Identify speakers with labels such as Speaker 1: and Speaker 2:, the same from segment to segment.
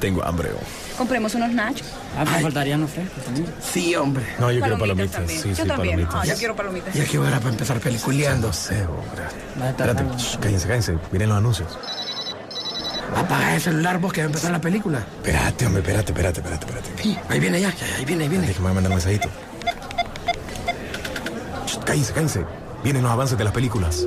Speaker 1: Tengo hambre. oh.
Speaker 2: Compremos unos nachos.
Speaker 3: Ah, pues faltarían los frescos también.
Speaker 4: Sí, hombre.
Speaker 1: No, yo quiero
Speaker 2: Palomitas
Speaker 1: palomitas.
Speaker 2: también.
Speaker 1: Sí,
Speaker 2: yo
Speaker 1: sí,
Speaker 2: también. Ah,
Speaker 1: palomitas.
Speaker 2: yo quiero palomitas.
Speaker 4: Ya que hora para empezar peliculeando.
Speaker 1: No sé, hombre.
Speaker 3: Va a estar
Speaker 1: Espérate,
Speaker 3: tan-
Speaker 1: shh, cállense, cállense. Miren los anuncios.
Speaker 4: Apaga el celular vos que va a empezar la película.
Speaker 1: Espérate, hombre, espérate, espérate, espérate, espérate.
Speaker 4: Sí, ahí viene ya, ya, ahí viene, ahí viene.
Speaker 1: Déjame mandar un mensajito. Shh, Cállense, cállense. Vienen los avances de las películas.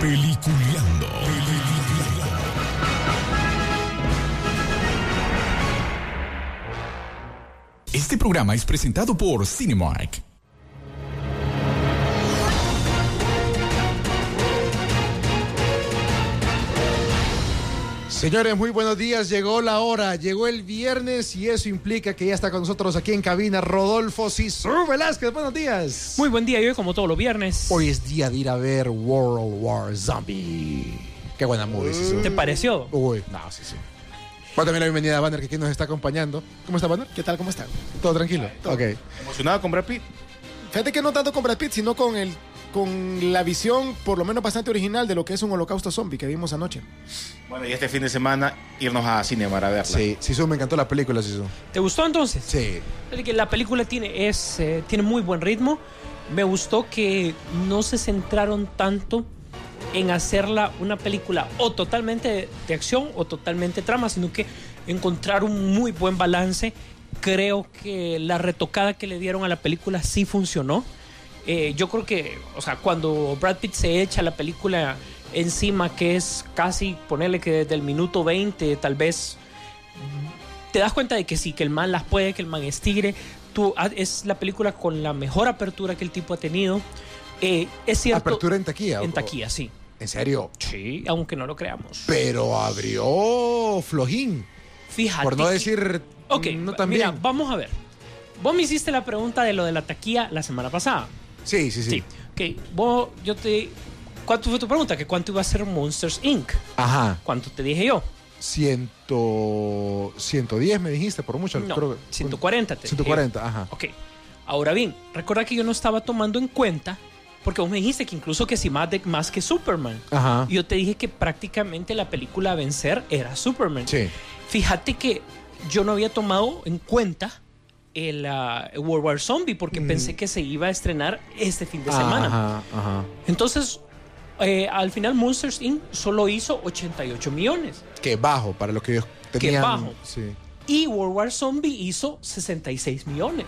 Speaker 5: Peliculeando. Peliculeando. Este programa es presentado por Cinemark.
Speaker 6: Señores, muy buenos días. Llegó la hora, llegó el viernes y eso implica que ya está con nosotros aquí en cabina Rodolfo Cisú Velázquez. Buenos días.
Speaker 7: Muy buen día, y hoy como todos los viernes.
Speaker 6: Hoy es día de ir a ver World War Zombie. Qué buena movie, Sisu.
Speaker 7: ¿Te pareció?
Speaker 6: Uy, no, sí, sí. Bueno, también la bienvenida a Banner que aquí nos está acompañando. ¿Cómo está Banner?
Speaker 8: ¿Qué tal? ¿Cómo están?
Speaker 6: ¿Todo tranquilo? Ok.
Speaker 9: ¿Emocionado con Brad Pitt?
Speaker 8: Fíjate que no tanto con Brad Pitt, sino con el con la visión, por lo menos bastante original, de lo que es un holocausto zombie que vimos anoche.
Speaker 9: Bueno, y este fin de semana irnos a Cinemar a verla.
Speaker 6: Sí, Sisu, me encantó la película, Sisu.
Speaker 7: ¿Te gustó entonces?
Speaker 6: Sí.
Speaker 7: Fíjate que La película tiene, es, eh, tiene muy buen ritmo. Me gustó que no se centraron tanto en hacerla una película o totalmente de acción o totalmente trama, sino que encontrar un muy buen balance. Creo que la retocada que le dieron a la película sí funcionó. Eh, yo creo que, o sea, cuando Brad Pitt se echa la película encima, que es casi, ponerle que desde el minuto 20, tal vez te das cuenta de que sí, que el man las puede, que el man es tigre. Tú, ah, es la película con la mejor apertura que el tipo ha tenido. Eh, es cierto.
Speaker 6: Apertura en taquilla.
Speaker 7: En taquilla, sí.
Speaker 6: ¿En serio?
Speaker 7: Sí, aunque no lo creamos.
Speaker 6: Pero abrió flojín.
Speaker 7: Fíjate.
Speaker 6: Por no
Speaker 7: que-
Speaker 6: decir.
Speaker 7: Ok,
Speaker 6: no
Speaker 7: va-
Speaker 6: tan
Speaker 7: mira,
Speaker 6: bien.
Speaker 7: vamos a ver. Vos me hiciste la pregunta de lo de la taquilla la semana pasada.
Speaker 6: Sí, sí, sí.
Speaker 7: Sí. Ok, vos, yo te. ¿Cuánto fue tu pregunta? ¿Que cuánto iba a ser Monsters Inc.?
Speaker 6: Ajá.
Speaker 7: ¿Cuánto te dije yo?
Speaker 6: Ciento... 110 me dijiste, por mucho.
Speaker 7: No,
Speaker 6: creo que-
Speaker 7: 140 te dije.
Speaker 6: 140, ajá.
Speaker 7: Ok. Ahora bien, recuerda que yo no estaba tomando en cuenta, porque vos me dijiste que incluso que si más, de- más que Superman.
Speaker 6: Ajá.
Speaker 7: Yo te dije que prácticamente la película a vencer era Superman.
Speaker 6: Sí.
Speaker 7: Fíjate que yo no había tomado en cuenta el ah, World War Zombie porque pensé que se iba a estrenar este fin de semana.
Speaker 6: Mm. Ah, Ajá, ajá.
Speaker 7: Entonces, eh, al final Monsters Inc. solo hizo 88 millones
Speaker 6: Que bajo, para los que ellos tenían.
Speaker 7: bajo.
Speaker 6: Sí.
Speaker 7: y World War Zombie hizo 66 millones.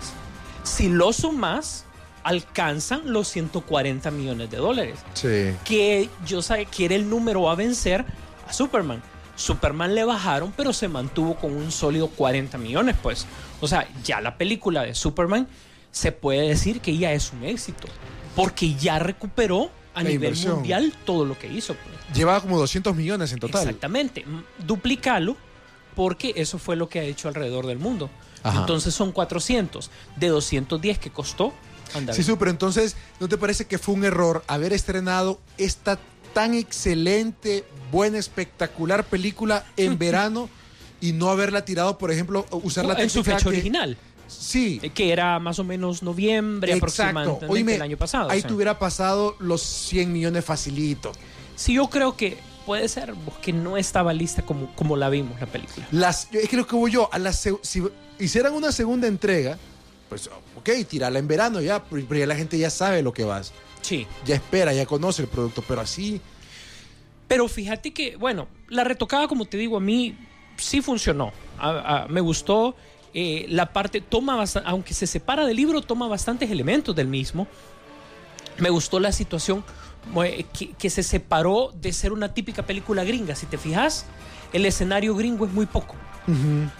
Speaker 7: Si lo sumas, alcanzan los 140 millones de dólares.
Speaker 6: Sí.
Speaker 7: Que yo sé que era el número a vencer a Superman. Superman le bajaron, pero se mantuvo con un sólido 40 millones, pues. O sea, ya la película de Superman se puede decir que ya es un éxito. Porque ya recuperó a
Speaker 6: La
Speaker 7: nivel
Speaker 6: inversión.
Speaker 7: mundial todo lo que hizo. pues.
Speaker 6: Llevaba como 200 millones en total.
Speaker 7: Exactamente. M- Duplicalo porque eso fue lo que ha hecho alrededor del mundo.
Speaker 6: Ajá.
Speaker 7: Entonces son 400 de 210 que costó. Anda,
Speaker 6: Sí,
Speaker 7: bien.
Speaker 6: sí, pero entonces, ¿no te parece que fue un error haber estrenado esta tan excelente, buena, espectacular película en verano y no haberla tirado, por ejemplo, usar la
Speaker 7: en su
Speaker 6: técnica
Speaker 7: fecha
Speaker 6: que-
Speaker 7: original,
Speaker 6: Sí.
Speaker 7: eh, que era más o menos noviembre aproximadamente
Speaker 6: Oíme,
Speaker 7: del año pasado.
Speaker 6: Ahí
Speaker 7: o sea.
Speaker 6: te hubiera pasado los 100 millones facilito.
Speaker 7: Sí, yo creo que puede ser pues, que no estaba lista como, como la vimos la película.
Speaker 6: Las, es que lo que voy yo, a las se- si hicieran una segunda entrega, pues ok, tirarla en verano ya, pero ya la gente ya sabe lo que vas.
Speaker 7: Sí.
Speaker 6: Ya espera, ya conoce el producto, pero así...
Speaker 7: Pero fíjate que, bueno, la retocada, como te digo, a mí sí funcionó. A- a- me gustó eh, la parte, toma basta- aunque se separa del libro, toma bastantes elementos del mismo. Me gustó la situación eh, que, que se separó de ser una típica película gringa. Si te fijas, el escenario gringo es muy poco.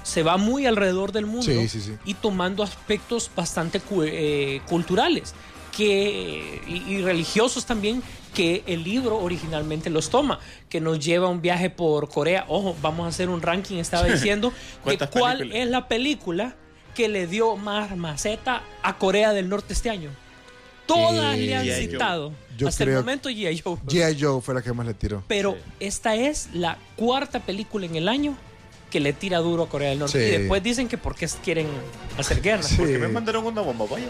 Speaker 7: Se va muy alrededor del mundo
Speaker 6: Sí, sí, sí.
Speaker 7: y tomando aspectos bastante cu- eh, culturales. que, y, y religiosos también que el libro originalmente los toma, que nos lleva a un viaje por Corea. Ojo, vamos a hacer un ranking, estaba diciendo, de
Speaker 9: ¿Cuántas
Speaker 7: cuál
Speaker 9: películas?
Speaker 7: es la película que le dio más maceta a Corea del Norte este año. Todas le han
Speaker 9: G.I. Joe.
Speaker 7: citado.
Speaker 6: Yo
Speaker 7: Hasta el
Speaker 6: creo-
Speaker 7: momento G.I. Joe.
Speaker 6: G.I. Joe fue la que más le tiró.
Speaker 7: Pero esta es la cuarta película en el año que le tira duro a Corea del Norte.
Speaker 6: Sí.
Speaker 7: Y después dicen que porque quieren hacer guerra.
Speaker 9: Porque me mandaron una bomba, vaya.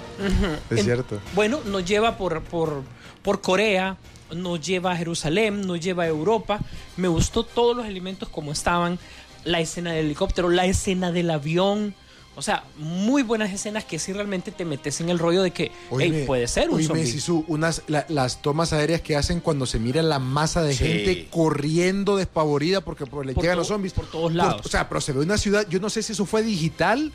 Speaker 6: Es
Speaker 7: En-
Speaker 6: cierto.
Speaker 7: Bueno, nos lleva por, por, por Corea, nos lleva a Jerusalén, nos lleva a Europa. Me gustó todos los elementos como estaban. La escena del helicóptero, la escena del avión. O sea, muy buenas escenas que sí realmente te metes en el rollo de que
Speaker 6: Oíme,
Speaker 7: "Ey, puede ser un
Speaker 6: oíme,
Speaker 7: zombie.
Speaker 6: Sisu, unas, la- las tomas aéreas que hacen cuando se mira la masa de
Speaker 9: Sí.
Speaker 6: gente corriendo despavorida porque pues, le
Speaker 7: Por
Speaker 6: llegan
Speaker 7: to-
Speaker 6: los zombies.
Speaker 7: por todos lados.
Speaker 6: o sea, pero se ve una ciudad, yo no sé si eso fue digital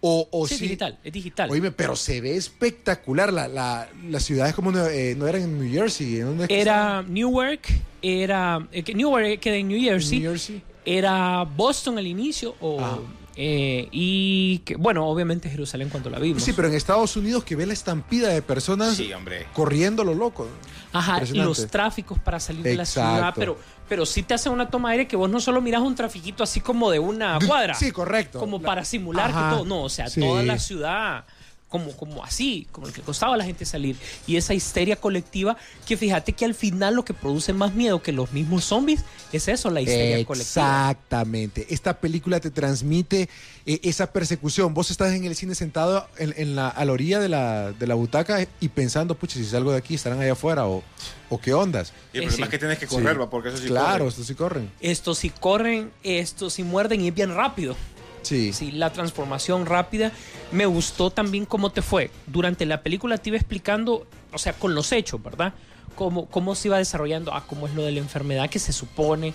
Speaker 6: o, o
Speaker 7: Sí, es
Speaker 6: si-
Speaker 7: digital, es digital.
Speaker 6: Oíme, pero se ve espectacular. La, la, las ciudades como no, eh, no eran en New Jersey. ¿en dónde es que
Speaker 7: Era Newark, era eh, que Newark queda en New
Speaker 6: estaban?
Speaker 7: Jersey,
Speaker 6: En New Jersey.
Speaker 7: era Boston al inicio o
Speaker 6: Ah.
Speaker 7: eh, y que, bueno, obviamente Jerusalén cuando la vimos.
Speaker 6: Sí, pero en Estados Unidos que ve la estampida de personas
Speaker 9: Sí, hombre.
Speaker 6: corriendo lo loco.
Speaker 7: Ajá,
Speaker 6: Impresionante.
Speaker 7: los tráficos para salir de la
Speaker 6: Exacto.
Speaker 7: ciudad, pero pero sí te hace una toma aérea que vos no solo miras un trafiquito así como de una cuadra.
Speaker 6: Sí, correcto.
Speaker 7: Como
Speaker 6: La-
Speaker 7: para simular
Speaker 6: Ajá.
Speaker 7: que todo, no, o sea,
Speaker 6: Sí.
Speaker 7: toda la ciudad como, como así, como el que costaba a la gente salir. Y esa histeria colectiva, que fíjate que al final lo que produce más miedo que los mismos zombies es eso, la histeria colectiva.
Speaker 6: Exactamente. Esta película te transmite eh, esa persecución. Vos estás en el cine sentado en, en la, a la orilla de la, de la butaca y pensando, pucha, si salgo de aquí, estarán allá afuera o, o qué ondas.
Speaker 9: Y el
Speaker 7: Eh,
Speaker 9: problema
Speaker 7: sí.
Speaker 9: es que tienes que correr,
Speaker 6: Sí.
Speaker 9: va, porque eso sí
Speaker 6: Claro,
Speaker 9: corre.
Speaker 6: estos sí corren.
Speaker 7: Estos si corren, estos si muerden y es bien rápido.
Speaker 6: Sí.
Speaker 7: Sí, la transformación rápida. Me gustó también cómo te fue. Durante la película te iba explicando, o sea, con los hechos, ¿verdad? Cómo, cómo se iba desarrollando, ah, cómo es lo de la enfermedad que se supone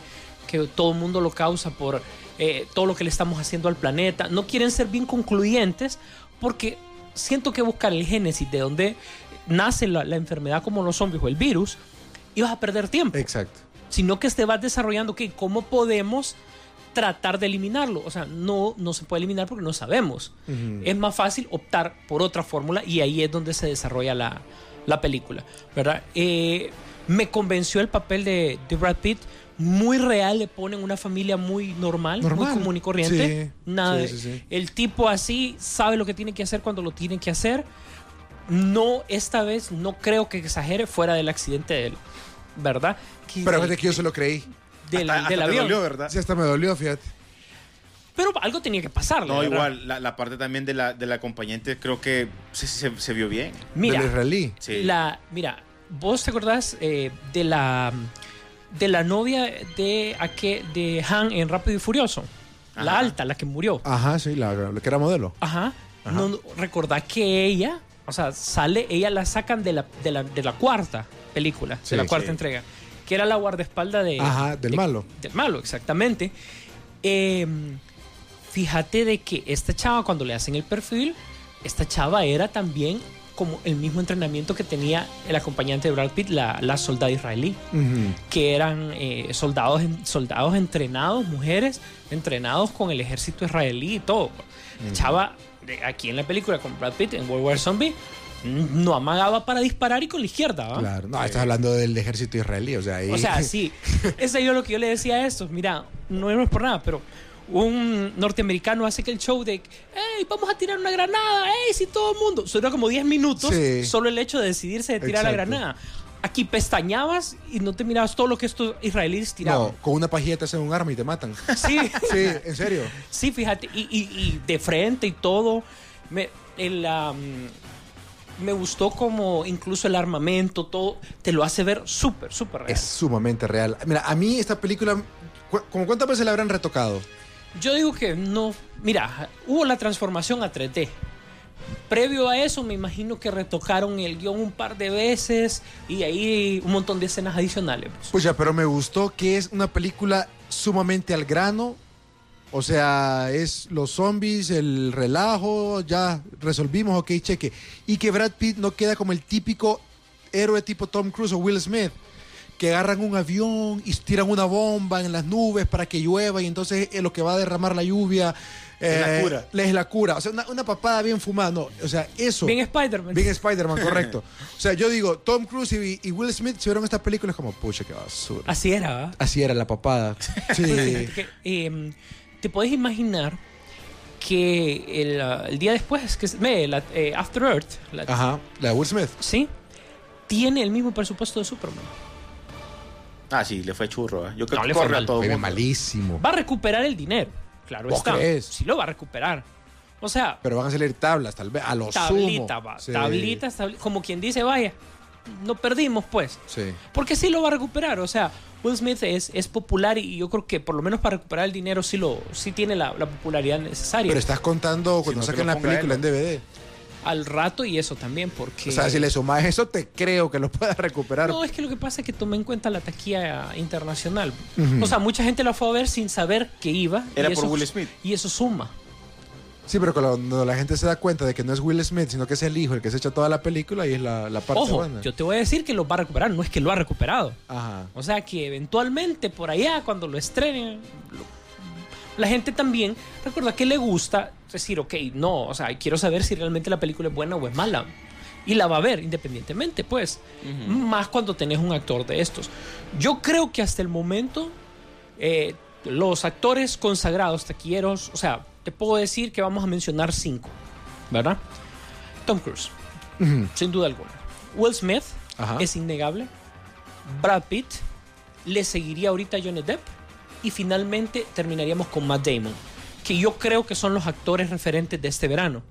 Speaker 7: que todo el mundo lo causa por eh, todo lo que le estamos haciendo al planeta. No quieren ser bien concluyentes porque siento que buscar el génesis de donde nace la, la enfermedad como los zombies o el virus, ibas a perder tiempo
Speaker 6: Exacto.
Speaker 7: sino que te vas desarrollando que cómo podemos tratar de eliminarlo. O sea, no, no se puede eliminar porque no sabemos. Es más fácil optar por otra fórmula y ahí es donde se desarrolla la, la película, ¿verdad? Eh, me convenció el papel de, de Brad Pitt. Muy real, le ponen una familia muy normal,
Speaker 6: Normal.
Speaker 7: muy común y corriente.
Speaker 6: Sí,
Speaker 7: Nada
Speaker 6: sí,
Speaker 7: de-
Speaker 6: sí, sí.
Speaker 7: El tipo así sabe lo que tiene que hacer cuando lo tiene que hacer. No, esta vez no creo que exagere fuera del accidente de él, ¿verdad? Que-
Speaker 6: Pero fíjate que yo se lo creí.
Speaker 7: del,
Speaker 9: Hasta- hasta
Speaker 7: del
Speaker 9: te
Speaker 7: avión.
Speaker 9: dolió, ¿verdad?
Speaker 6: Sí, hasta me dolió, fíjate.
Speaker 7: Pero algo tenía que pasarle.
Speaker 9: No,
Speaker 7: ¿verdad?
Speaker 9: igual, la, la parte también de la, de la acompañante creo que se, se- se vio bien.
Speaker 7: Mira,
Speaker 6: Del israelí.
Speaker 9: Sí.
Speaker 7: la, mira, vos te acordás eh, de la de la novia de aquel, de Han en Rápido y Furioso,
Speaker 9: Ajá.
Speaker 7: la alta, la que murió.
Speaker 6: Ajá, sí, la, la que era modelo.
Speaker 7: Ajá. No, no, recordá que ella, o sea, sale, ella la sacan de la, de la, de la cuarta película,
Speaker 6: Sí,
Speaker 7: de la cuarta
Speaker 9: sí.
Speaker 7: entrega, que era la guardaespalda de...
Speaker 6: Ajá, del
Speaker 7: de-
Speaker 6: malo.
Speaker 7: Del malo, exactamente. Eh, fíjate de que esta chava, cuando le hacen el perfil, esta chava era también como el mismo entrenamiento que tenía el acompañante de Brad Pitt, la, la soldada israelí
Speaker 6: Ujú.
Speaker 7: que eran eh, soldados, en- soldados entrenados, mujeres entrenados con el ejército israelí y todo. Chava, de- aquí en la película con Brad Pitt en World War Zombie, mm, no amagaba para disparar y con la izquierda, ¿va?
Speaker 6: Claro. No, estás hablando del ejército israelí, o sea, ahí-
Speaker 7: O sea, sí. Ese yo lo que yo le decía a estos, mira, no es por nada, pero un norteamericano hace que el show de, hey, vamos a tirar una granada, hey, si todo el mundo. Eso era como 10 minutos,
Speaker 6: Sí.
Speaker 7: solo el hecho de decidirse de tirar la
Speaker 6: Exacto.
Speaker 7: granada. Aquí pestañabas y no te mirabas todo lo que estos israelíes tiraban.
Speaker 6: No, con una pajilla te hacen un arma y te matan.
Speaker 7: Sí,
Speaker 6: Sí, en serio.
Speaker 7: sí, fíjate, y, y- y de frente y todo. Me, el, am, me gustó como incluso el armamento, todo, te lo hace ver súper, súper real.
Speaker 6: Es sumamente real. Mira, a mí esta película, cu- ¿como cuántas veces la habrán retocado?
Speaker 7: Yo digo que no. Mira, hubo la transformación a 3D. Previo a eso, me imagino que retocaron el guión un par de veces y ahí un montón de escenas adicionales. pues.
Speaker 6: Pucha, pero me gustó que es una película sumamente al grano. O sea, es los zombies, el relajo, ya resolvimos, ok, cheque. Y que Brad Pitt no queda como el típico héroe tipo Tom Cruise o Will Smith, que agarran un avión y tiran una bomba en las nubes para que llueva y entonces eh, lo que va a derramar la lluvia
Speaker 8: Es la
Speaker 6: eh,
Speaker 8: cura.
Speaker 6: le es la cura. O sea, una, una papada bien fumada. No, o sea, eso.
Speaker 7: Bien Spider-Man.
Speaker 6: Bien Spider-Man, correcto. O sea, yo digo, Tom Cruise y, y Will Smith se vieron estas películas como, pucha, qué basura.
Speaker 7: Así era, ¿va?
Speaker 6: Así era la papada. Sí.
Speaker 7: Fíjate que, eh, te puedes imaginar que el, ah, el día después, que es ve, la- eh, After Earth, la-
Speaker 6: Ajá, la de Will Smith.
Speaker 7: ¿sí? Tiene el mismo presupuesto de Superman.
Speaker 9: Ah, sí, le fue churro. ¿eh? Yo creo
Speaker 7: No,
Speaker 9: que
Speaker 7: le fue
Speaker 9: corre a
Speaker 7: mal.
Speaker 9: todo
Speaker 6: Fue
Speaker 9: mundo.
Speaker 6: malísimo.
Speaker 7: Va a recuperar el dinero, claro
Speaker 6: ¿Vos
Speaker 7: está.
Speaker 6: crees?
Speaker 7: Sí lo va a recuperar. O sea,
Speaker 6: Pero van a salir tablas, tal vez, a los
Speaker 7: tablita, va,
Speaker 6: Sí.
Speaker 7: tablitas, tabli- como quien dice, vaya, no perdimos pues.
Speaker 6: Sí.
Speaker 7: Porque sí lo va a recuperar. O sea, Will Smith es, es popular y yo creo que por lo menos para recuperar el dinero sí, lo, sí tiene la, la popularidad necesaria.
Speaker 6: Pero estás contando cuando
Speaker 9: no, que
Speaker 6: saquen la
Speaker 9: lo ponga
Speaker 6: película en
Speaker 9: él.
Speaker 6: DVD.
Speaker 7: Al rato y eso también, porque...
Speaker 6: O sea, si le sumas eso, te creo que lo puedas recuperar.
Speaker 7: No, es que lo que pasa es que tomé en cuenta la taquilla internacional. O sea, mucha gente la fue a ver sin saber que iba.
Speaker 9: Era por Will Smith.
Speaker 7: Y eso suma.
Speaker 6: Sí, pero cuando la gente se da cuenta de que no es Will Smith, sino que es el hijo el que se echa toda la película y es la, la parte
Speaker 7: Ojo,
Speaker 6: buena.
Speaker 7: yo te voy a decir que lo va a recuperar, no es que lo ha recuperado.
Speaker 6: Ajá.
Speaker 7: O sea que eventualmente por allá, cuando lo estrenen, lo- la gente también recuerda que le gusta decir, ok, no, o sea, quiero saber si realmente la película es buena o es mala. Y la va a ver independientemente, pues. Más cuando tenés un actor de estos. Yo creo que hasta el momento, eh, los actores consagrados, taquilleros, o sea, te puedo decir que vamos a mencionar cinco, ¿verdad? Tom Cruise, sin duda alguna. Will Smith,
Speaker 6: Ajá.
Speaker 7: es innegable. Brad Pitt, le seguiría ahorita Johnny Depp y finalmente terminaríamos con Matt Damon, que yo creo que son los actores referentes de este verano.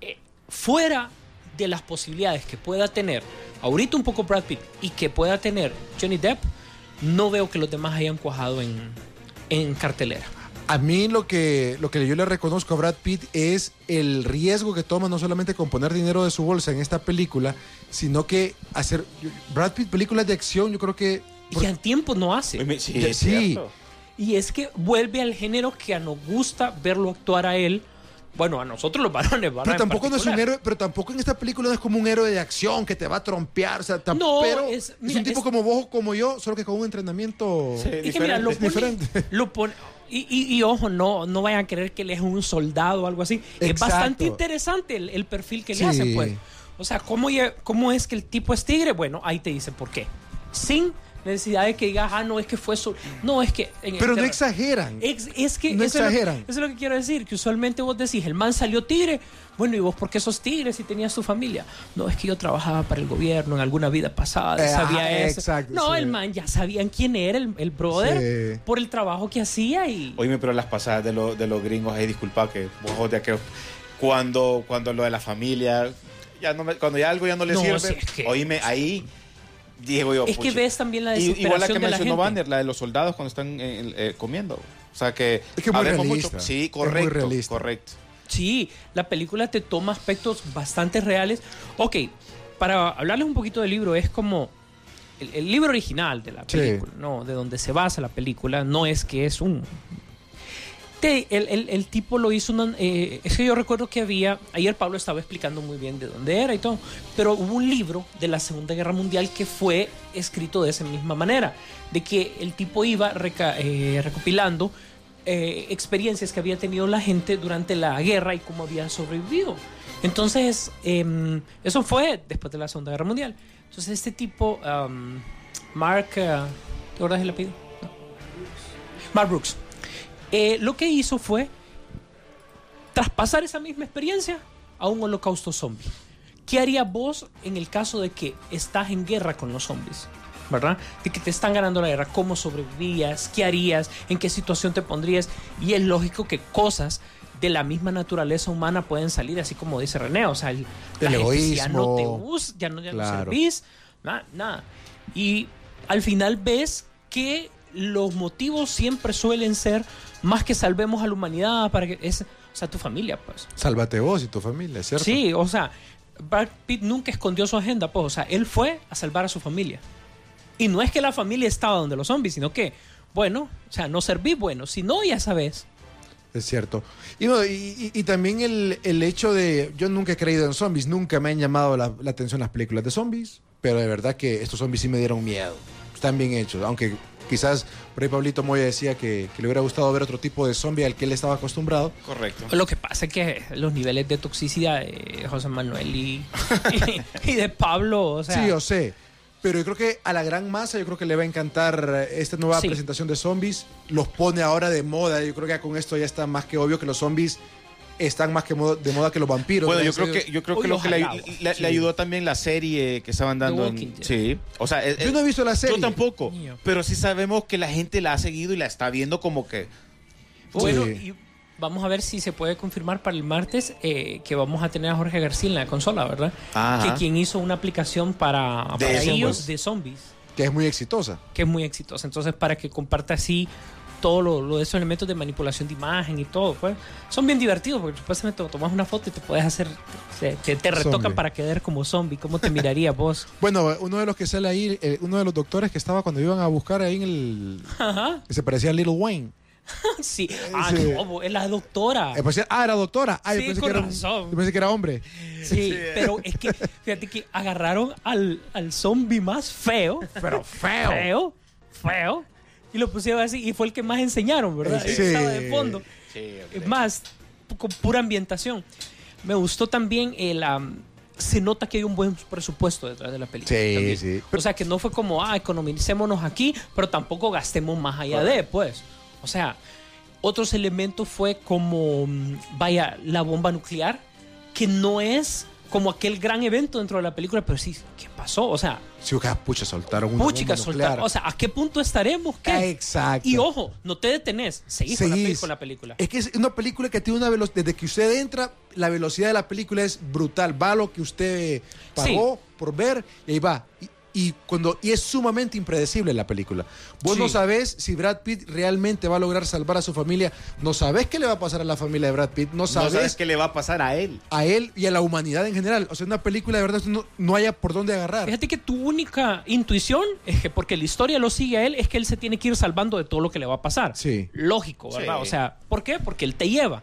Speaker 7: Eh, fuera de las posibilidades que pueda tener ahorita un poco Brad Pitt y que pueda tener Johnny Depp, no veo que los demás hayan cuajado en, en cartelera.
Speaker 6: A mí lo que, lo que yo le reconozco a Brad Pitt es el riesgo que toma no solamente con poner dinero de su bolsa en esta película, sino que hacer... Brad Pitt, películas de acción, yo creo que...
Speaker 7: Y al tiempo no hace.
Speaker 9: Me- Sí,
Speaker 6: Ya-
Speaker 9: es
Speaker 6: sí.
Speaker 9: cierto.
Speaker 7: Y es que vuelve al género que a nos gusta verlo actuar a él. Bueno, a nosotros los varones, ¿verdad?
Speaker 6: Pero
Speaker 7: En
Speaker 6: tampoco no es un
Speaker 7: particular.
Speaker 6: héroe, pero tampoco en esta película no es como un héroe de acción que te va a trompear, o sea, tam-
Speaker 7: No,
Speaker 6: pero
Speaker 7: es-
Speaker 6: es,
Speaker 7: mira,
Speaker 6: un tipo
Speaker 7: es-
Speaker 6: como vos, como yo, solo que con un entrenamiento.
Speaker 9: Sí,
Speaker 7: Y que mira, lo
Speaker 9: diferente.
Speaker 7: pone, lo pone- y, y- y ojo, no, no vayan a creer que él es un soldado o algo así. Es
Speaker 6: Exacto.
Speaker 7: bastante interesante el, el perfil que
Speaker 6: Sí.
Speaker 7: le hacen, pues. O sea, ¿cómo, lle- ¿cómo es que el tipo es tigre? Bueno, ahí te dice por qué. Sin necesidad de que digas, ah, no, es que fue su... No, es que... en este el
Speaker 6: Pero no
Speaker 7: terreno-
Speaker 6: exageran.
Speaker 7: Ex- es que
Speaker 6: No
Speaker 7: eso, es lo-
Speaker 6: exageran.
Speaker 7: eso es lo que quiero decir, que usualmente vos decís, el man salió tigre, bueno, ¿y vos por qué sos tigre si tenías tu familia? No, es que yo trabajaba para el gobierno en alguna vida pasada,
Speaker 6: Eh,
Speaker 7: sabía
Speaker 6: ajá,
Speaker 7: eso.
Speaker 6: exacto,
Speaker 7: no,
Speaker 6: sí.
Speaker 7: el man ya sabían quién era el, el brother
Speaker 6: Sí.
Speaker 7: por el trabajo que hacía y...
Speaker 9: Oíme, pero las pasadas de, lo- de los gringos, ahí disculpa que vos de aquellos. Cuando, cuando lo de la familia, ya no me- cuando ya algo ya no le
Speaker 7: No,
Speaker 9: sirve,
Speaker 7: si es que-
Speaker 9: oíme, ahí digo yo.
Speaker 7: Es que
Speaker 9: puchi.
Speaker 7: ves también la
Speaker 9: Y- Igual la que
Speaker 7: desesperación de la
Speaker 9: mencionó
Speaker 7: gente.
Speaker 9: Banner, la de los soldados cuando están eh, eh, comiendo. O sea que.
Speaker 6: Es que es muy
Speaker 9: hablemos
Speaker 6: realista.
Speaker 9: Sí,
Speaker 6: Es muy
Speaker 9: correcto.
Speaker 6: realista.
Speaker 9: Correcto.
Speaker 7: Sí, la película te toma aspectos bastante reales. Ok, para hablarles un poquito del libro, es como el, el libro original de la
Speaker 6: Sí.
Speaker 7: película, ¿no? De donde se basa la película, no es que es un... Te- el, el- el tipo lo hizo una- eh, es que yo recuerdo que había... Ayer Pablo estaba explicando muy bien de dónde era y todo, pero hubo un libro de la Segunda Guerra Mundial que fue escrito de esa misma manera, de que el tipo iba reca- eh, recopilando eh, experiencias que había tenido la gente durante la guerra y cómo había sobrevivido. Entonces, em, eso fue después de la Segunda Guerra Mundial. Entonces, este tipo, am, Mark, eh, ¿te acuerdas el apellido? No. Mark Brooks, eh, lo que hizo fue traspasar esa misma experiencia a un holocausto zombie. ¿Qué harías vos en el caso de que estás en guerra con los zombies? ¿Verdad? De que te están ganando la guerra. ¿Cómo sobrevivías? ¿Qué harías? ¿En qué situación te pondrías? Y es lógico que cosas de la misma naturaleza humana pueden salir, así como dice René. O sea, el, la
Speaker 6: El
Speaker 7: gente, si ya no te
Speaker 6: egoísmo.
Speaker 7: us- Pues, ya no, ya no
Speaker 6: Claro.
Speaker 7: servís, nada, nada. Y al final ves que los motivos siempre suelen ser más que salvemos a la humanidad para que es, o sea, tu familia, pues.
Speaker 6: Sálvate vos y tu familia, ¿cierto?
Speaker 7: Sí, o sea, Brad Pitt nunca escondió su agenda, pues, o sea, él fue a salvar a su familia. Y no es que la familia estaba donde los zombies, sino que, bueno, o sea, no serví bueno, si no, ya sabes.
Speaker 6: Es cierto. Y, no, y- y- y también el, el hecho de. Yo nunca he creído en zombies, nunca me han llamado la, la atención las películas de zombies, pero de verdad que estos zombies sí me dieron miedo. O están bien hechos. Aunque quizás por ahí Pablito Moya decía que, que le hubiera gustado ver otro tipo de zombie al que él estaba acostumbrado.
Speaker 9: Correcto.
Speaker 7: Lo que pasa es que los niveles de toxicidad de José Manuel y, y, de Pablo, o sea,
Speaker 6: sí, yo sé. Pero yo creo que a la gran masa, yo creo que le va a encantar eh, esta nueva
Speaker 7: Sí.
Speaker 6: presentación de zombies. Los pone ahora de moda. Yo creo que ya con esto ya está más que obvio que los zombies están más que mo- de moda que los vampiros.
Speaker 9: Bueno, yo creo
Speaker 6: Entonces,
Speaker 9: que, yo creo
Speaker 7: Uy,
Speaker 9: que lo que le,
Speaker 7: ojalá,
Speaker 9: le-
Speaker 7: sí.
Speaker 9: le ayudó también la serie que estaban dando. en-
Speaker 7: Walking Dead.
Speaker 9: sí. O sea, es-
Speaker 6: Yo no he visto la serie.
Speaker 9: Yo tampoco.
Speaker 7: Mío.
Speaker 9: Pero sí sabemos que la gente la ha seguido y la está viendo como que.
Speaker 7: bueno,
Speaker 6: Sí.
Speaker 7: y vamos a ver si se puede confirmar para el martes eh, que vamos a tener a Jorge García en la consola, ¿verdad?
Speaker 9: Ajá.
Speaker 7: Que quien hizo una aplicación para,
Speaker 9: De
Speaker 7: para
Speaker 9: zombies.
Speaker 7: ellos de zombies,
Speaker 6: Que es muy exitosa.
Speaker 7: que es muy exitosa. Entonces, para que comparta así todo lo, lo de esos elementos de manipulación de imagen y todo, pues son bien divertidos porque supuestamente tomas una foto y te puedes hacer, se- te, te retocan
Speaker 6: Zombie.
Speaker 7: para quedar como zombie. ¿Cómo te miraría vos?
Speaker 6: Bueno, uno de los que sale ahí, eh, uno de los doctores que estaba cuando iban a buscar ahí en el.
Speaker 7: Ajá.
Speaker 6: que se parecía a Little Wayne.
Speaker 7: Sí. Ah,
Speaker 6: Sí.
Speaker 7: no, bo- es la doctora.
Speaker 6: Eh, parecía- ah, era doctora. Ah, yo,
Speaker 7: Sí,
Speaker 6: pensé que
Speaker 7: con
Speaker 6: era, un-
Speaker 7: razón.
Speaker 6: yo pensé que era hombre.
Speaker 7: Sí, pero es que, fíjate que agarraron al, al zombie más feo. Pero feo. Feo, feo. Y lo pusieron así y fue el que más enseñaron, ¿verdad?
Speaker 6: Sí.
Speaker 7: Y Estaba de fondo.
Speaker 9: Sí,
Speaker 7: Es Más, pu- con pura ambientación. Me gustó también el... am, se nota que hay un buen presupuesto detrás de la película.
Speaker 6: Sí,
Speaker 7: también.
Speaker 6: sí.
Speaker 7: O sea, que no fue como, ah, economicémonos aquí, pero tampoco gastemos más allá de, pues. O sea, otros elementos fue como, mm, vaya, la bomba nuclear, que no es como aquel gran evento dentro de la película, pero sí, ¿qué pasó? O sea,
Speaker 6: Sí, ojalá, pucha, soltaron una
Speaker 7: puchica,
Speaker 6: bomba
Speaker 7: soltar.
Speaker 6: nuclear.
Speaker 7: O sea, ¿a qué punto estaremos? ¿Qué?
Speaker 6: Ah, exacto.
Speaker 7: Y ojo, no te detenés, seguís, con la
Speaker 6: Seguís.
Speaker 7: peli- con la película.
Speaker 6: Es que es una película que tiene una velocidad. Desde que usted entra, la velocidad de la película es brutal. Va lo que usted pagó por ver y ahí va. Y, y cuando, y es sumamente impredecible la película. Vos
Speaker 7: Sí.
Speaker 6: no sabés si Brad Pitt realmente va a lograr salvar a su familia. No sabés qué le va a pasar a la familia de Brad Pitt. No
Speaker 9: No
Speaker 6: sabés,
Speaker 9: sabes qué le va a pasar a él.
Speaker 6: a él y a la humanidad en general. O sea, una película de verdad no, no haya por dónde agarrar.
Speaker 7: Fíjate que tu única intuición es que porque la historia lo sigue a él, es que él se tiene que ir salvando de todo lo que le va a pasar.
Speaker 6: Sí.
Speaker 7: Lógico, ¿verdad?
Speaker 9: Sí.
Speaker 7: O sea, ¿por qué? Porque él te lleva.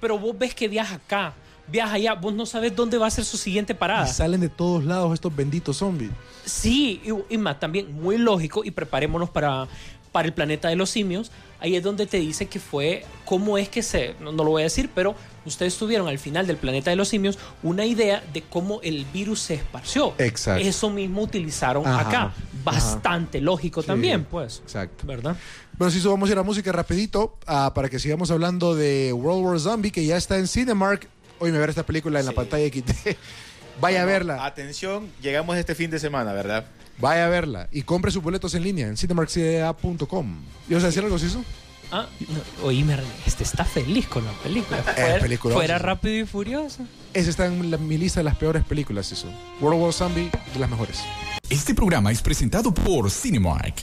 Speaker 7: Pero vos ves que viaja acá, viaja allá, vos no sabes dónde va a ser su siguiente parada.
Speaker 6: Y salen de todos lados estos benditos zombies.
Speaker 7: Sí, y, y más también muy lógico, y preparémonos para, para el planeta de los simios. Ahí es donde te dice que fue, cómo es que se, no, no lo voy a decir, pero ustedes tuvieron al final del planeta de los simios una idea de cómo el virus se esparció.
Speaker 6: Exacto.
Speaker 7: Eso mismo utilizaron
Speaker 6: Ajá,
Speaker 7: acá.
Speaker 6: ajá.
Speaker 7: Bastante lógico
Speaker 6: Sí,
Speaker 7: también, pues.
Speaker 6: exacto.
Speaker 7: ¿Verdad?
Speaker 6: Bueno, sí, vamos a ir a música rapidito ah, para que sigamos hablando de World War Zombie, que ya está en Cinemark. Hoy me veré esta película en la
Speaker 9: Sí.
Speaker 6: pantalla XD. Vaya a verla,
Speaker 9: Atención, llegamos este fin de semana, ¿verdad?
Speaker 6: vaya a verla. Y compre sus boletos en línea en cinemarkcda.com. ¿Y vas a decir algo, Sisu?
Speaker 7: Ah, no, oíme, René, este está feliz con la película. Fuera,
Speaker 6: peliculón,
Speaker 7: fuera
Speaker 6: sí, sí.
Speaker 7: rápido y furioso.
Speaker 6: Esa está en la- mi lista de las peores películas, Sisu. World War Zombie, de las mejores.
Speaker 5: Este programa es presentado por Cinemark.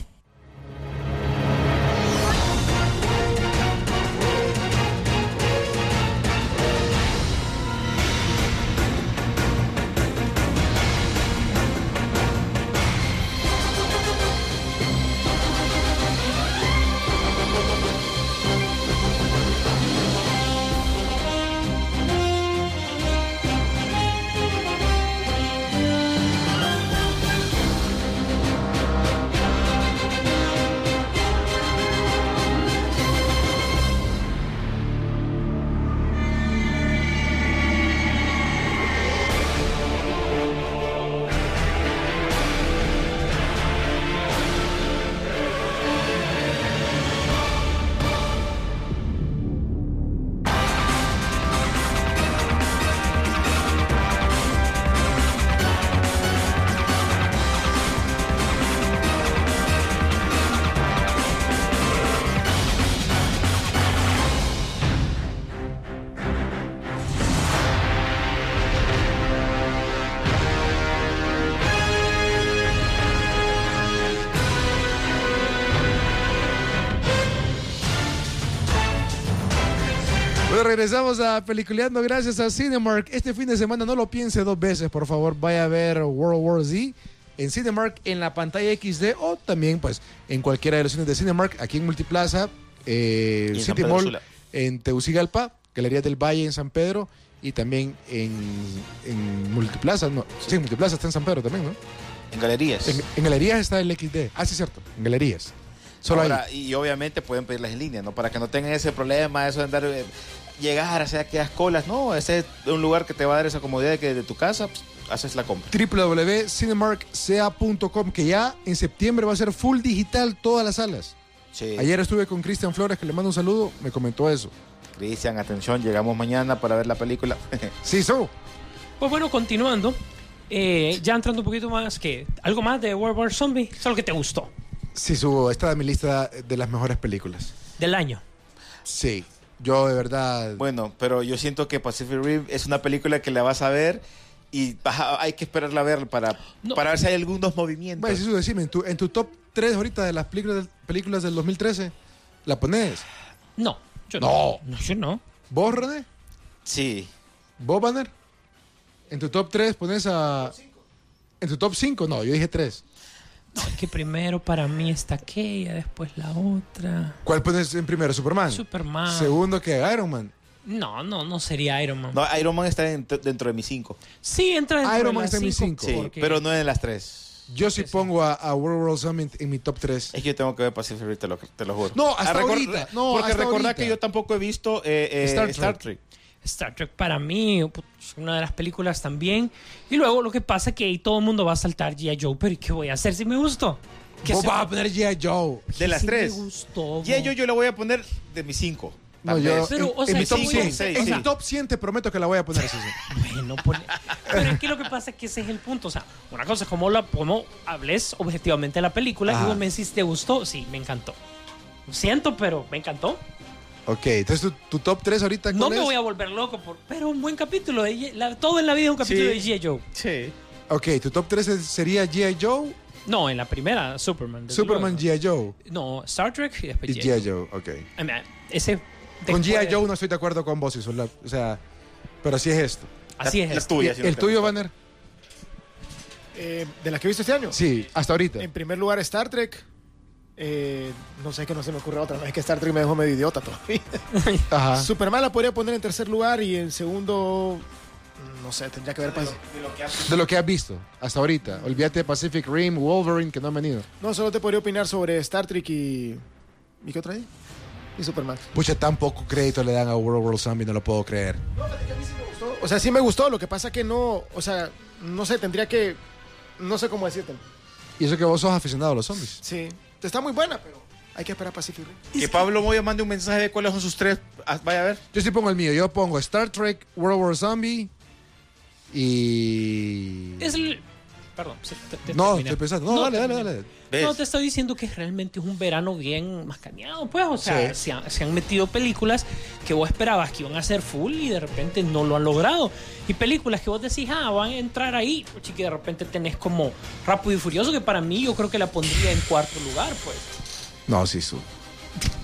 Speaker 6: Bueno, regresamos a Peliculeando gracias a Cinemark. Este fin de semana no lo piense dos veces, por favor. Vaya a ver World War Z en Cinemark, en la pantalla XD o también pues en cualquiera de los cines de Cinemark, aquí en Multiplaza, eh,
Speaker 9: Y en San
Speaker 6: City
Speaker 9: Pedro
Speaker 6: Mall,
Speaker 9: Sula.
Speaker 6: en Teucigalpa, Galería del Valle en San Pedro y también en, en Multiplaza. No, sí. en Multiplaza está en San Pedro también, ¿no?
Speaker 9: en galerías.
Speaker 6: En, en galerías está el XD. Ah, sí, cierto. En galerías. Solo
Speaker 9: Ahora,
Speaker 6: ahí.
Speaker 9: Y obviamente pueden pedirlas en línea, ¿no? Para que no tengan ese problema, eso de andar, eh, llegar, hacer aquellas colas, ¿no? Ese es un lugar que te va a dar esa comodidad de que desde tu casa pues, haces la compra.
Speaker 6: www.cinemarkca.com que ya en septiembre va a ser full digital todas las salas.
Speaker 9: Sí.
Speaker 6: Ayer estuve con Cristian Flores, que le mando un saludo, me comentó eso.
Speaker 9: Cristian, atención, llegamos mañana para ver la película.
Speaker 6: Sí, so.
Speaker 7: Pues bueno, continuando, eh, ya entrando un poquito más que algo más de World War Zombie, es algo que te gustó
Speaker 6: Sí, subo. Esta es mi lista de las mejores películas.
Speaker 7: del año.
Speaker 6: Sí. Yo de verdad.
Speaker 9: bueno, pero yo siento que Pacific Rim es una película que la vas a ver y vas a- hay que esperarla a ver para,
Speaker 7: No.
Speaker 9: para ver si hay algunos movimientos.
Speaker 6: Bueno, sí, su, decime, en tu, en tu top 3 ahorita de las películas del, películas del 2013, ¿la pones?
Speaker 7: No, yo no. No, yo no.
Speaker 6: ¿Vos, René?
Speaker 9: sí.
Speaker 6: ¿Vos, Banner? ¿En tu top 3 pones a. ¿En tu top 5? No, yo dije 3.
Speaker 7: No, es que primero para mí está aquella, después la otra.
Speaker 6: ¿Cuál pones en primero? ¿Superman?
Speaker 7: Superman.
Speaker 6: Segundo que Iron Man.
Speaker 7: No, no, no sería Iron Man.
Speaker 9: No, Iron Man está dentro, dentro de mis cinco.
Speaker 7: Sí, entra dentro
Speaker 6: Iron
Speaker 7: de
Speaker 6: Man
Speaker 7: las
Speaker 6: está en mis
Speaker 7: cinco,
Speaker 9: Sí,
Speaker 7: porque-
Speaker 9: pero no en las tres.
Speaker 6: Yo sí pongo a, a World War Summit en mi top 3.
Speaker 9: Es que yo tengo que ver Pacific Rim, te lo, te lo juro.
Speaker 6: No, hasta
Speaker 9: Ah, recor-
Speaker 6: ahorita, no,
Speaker 9: porque
Speaker 6: hasta
Speaker 9: recordá
Speaker 6: ahorita.
Speaker 9: que yo tampoco he visto eh, eh,
Speaker 6: Star
Speaker 9: Star,
Speaker 6: Trek.
Speaker 9: Trek.
Speaker 7: Star Trek para mí put, es una de las películas también. Y luego lo que pasa es que ahí todo el mundo va a saltar G.I. Joe, pero ¿y qué voy a hacer si me gustó? ¿Qué
Speaker 6: Vos
Speaker 7: se-
Speaker 6: vas a poner G.I. Joe.
Speaker 7: ¿Qué
Speaker 9: De las
Speaker 7: si
Speaker 9: tres.
Speaker 7: Me gustó.
Speaker 9: Y a yo,
Speaker 7: vos?
Speaker 9: yo le voy a poner de mis cinco.
Speaker 6: No,
Speaker 9: Tal
Speaker 6: yo.
Speaker 9: vez.
Speaker 7: Pero,
Speaker 6: en-
Speaker 7: o
Speaker 6: en
Speaker 7: sea,
Speaker 6: mi top
Speaker 7: sí,
Speaker 6: 100.
Speaker 9: sí,
Speaker 6: en
Speaker 9: sí.
Speaker 6: mi top 100 te prometo que la voy a poner. sí, sí.
Speaker 7: Bueno, pone- pero es que lo que pasa es que ese es el punto. O sea, una cosa es cómo, la, cómo hables objetivamente de la película.
Speaker 6: Ajá.
Speaker 7: Y vos me decís, ¿te gustó? Sí, me encantó. Lo siento, pero me encantó.
Speaker 6: Ok, entonces tu, tu top 3 ahorita.
Speaker 7: No
Speaker 6: ¿cuál
Speaker 7: me
Speaker 6: es?
Speaker 7: voy a volver loco, por, pero un buen capítulo. de G.I. la- todo en la vida es un capítulo de G.I. Joe.
Speaker 9: Sí.
Speaker 6: Ok, tu top 3 es- sería G.I. Joe,
Speaker 7: No, en la primera, Superman. desde
Speaker 6: Superman,
Speaker 7: luego.
Speaker 6: G.I. Joe
Speaker 7: No, Star Trek y después
Speaker 6: y
Speaker 7: G.I.
Speaker 6: G.I. Joe. Ok.
Speaker 7: Pues I mean, ese
Speaker 6: Con
Speaker 7: después-
Speaker 6: G.I. Joe no estoy de acuerdo con vos, Isola, o sea, pero sí es esto.
Speaker 7: Así es.
Speaker 9: Las tuyas. si no
Speaker 6: ¿El
Speaker 9: te
Speaker 6: tuyo,
Speaker 9: gustan.
Speaker 6: Banner?
Speaker 8: Eh, ¿De las que he visto este año?
Speaker 6: Sí, hasta ahorita.
Speaker 8: En primer lugar, Star Trek. Eh, no sé que no se me ocurre otra. No, es que Star Trek me dejó medio idiota todavía.
Speaker 6: Ajá.
Speaker 8: Superman la podría poner en tercer lugar y en segundo. No sé, tendría que ver. pues. pas-
Speaker 6: De lo que has visto hasta ahorita. Olvídate de Pacific Rim, Wolverine, que no han venido.
Speaker 8: No, solo te podría opinar sobre Star Trek y. ¿Y qué otra hay? Y Superman.
Speaker 6: Pucha, tan poco crédito le dan a World War Zombie, no lo puedo creer.
Speaker 8: gustó. O sea, sí me gustó, lo que pasa que no, o sea, no sé, tendría que, no sé cómo decirte.
Speaker 6: Y eso que vos sos aficionado a los zombies.
Speaker 8: Sí, está muy buena, pero hay que esperar a Pacific Rim.
Speaker 9: Que Pablo Moya mande un mensaje de cuáles son sus tres. Ah, Vaya a ver.
Speaker 6: Yo sí pongo el mío, yo pongo Star Trek, World War Zombie y...
Speaker 7: Es el- Perdón. se- te- te-
Speaker 6: No,
Speaker 7: termina.
Speaker 6: estoy pensando. No, dale, dale,
Speaker 7: termina.
Speaker 6: dale.
Speaker 9: ¿Ves?
Speaker 7: No, te estoy diciendo que realmente es un verano bien mascaneado, pues. O sea,
Speaker 6: Sí.
Speaker 7: se, han, se han metido películas que vos esperabas que iban a ser full y de repente no lo han logrado. Y películas que vos decís, ah, van a entrar ahí, pues, y que de repente tenés como Rápido y Furioso, que para mí yo creo que la pondría en cuarto lugar, pues.
Speaker 6: No, sí, su.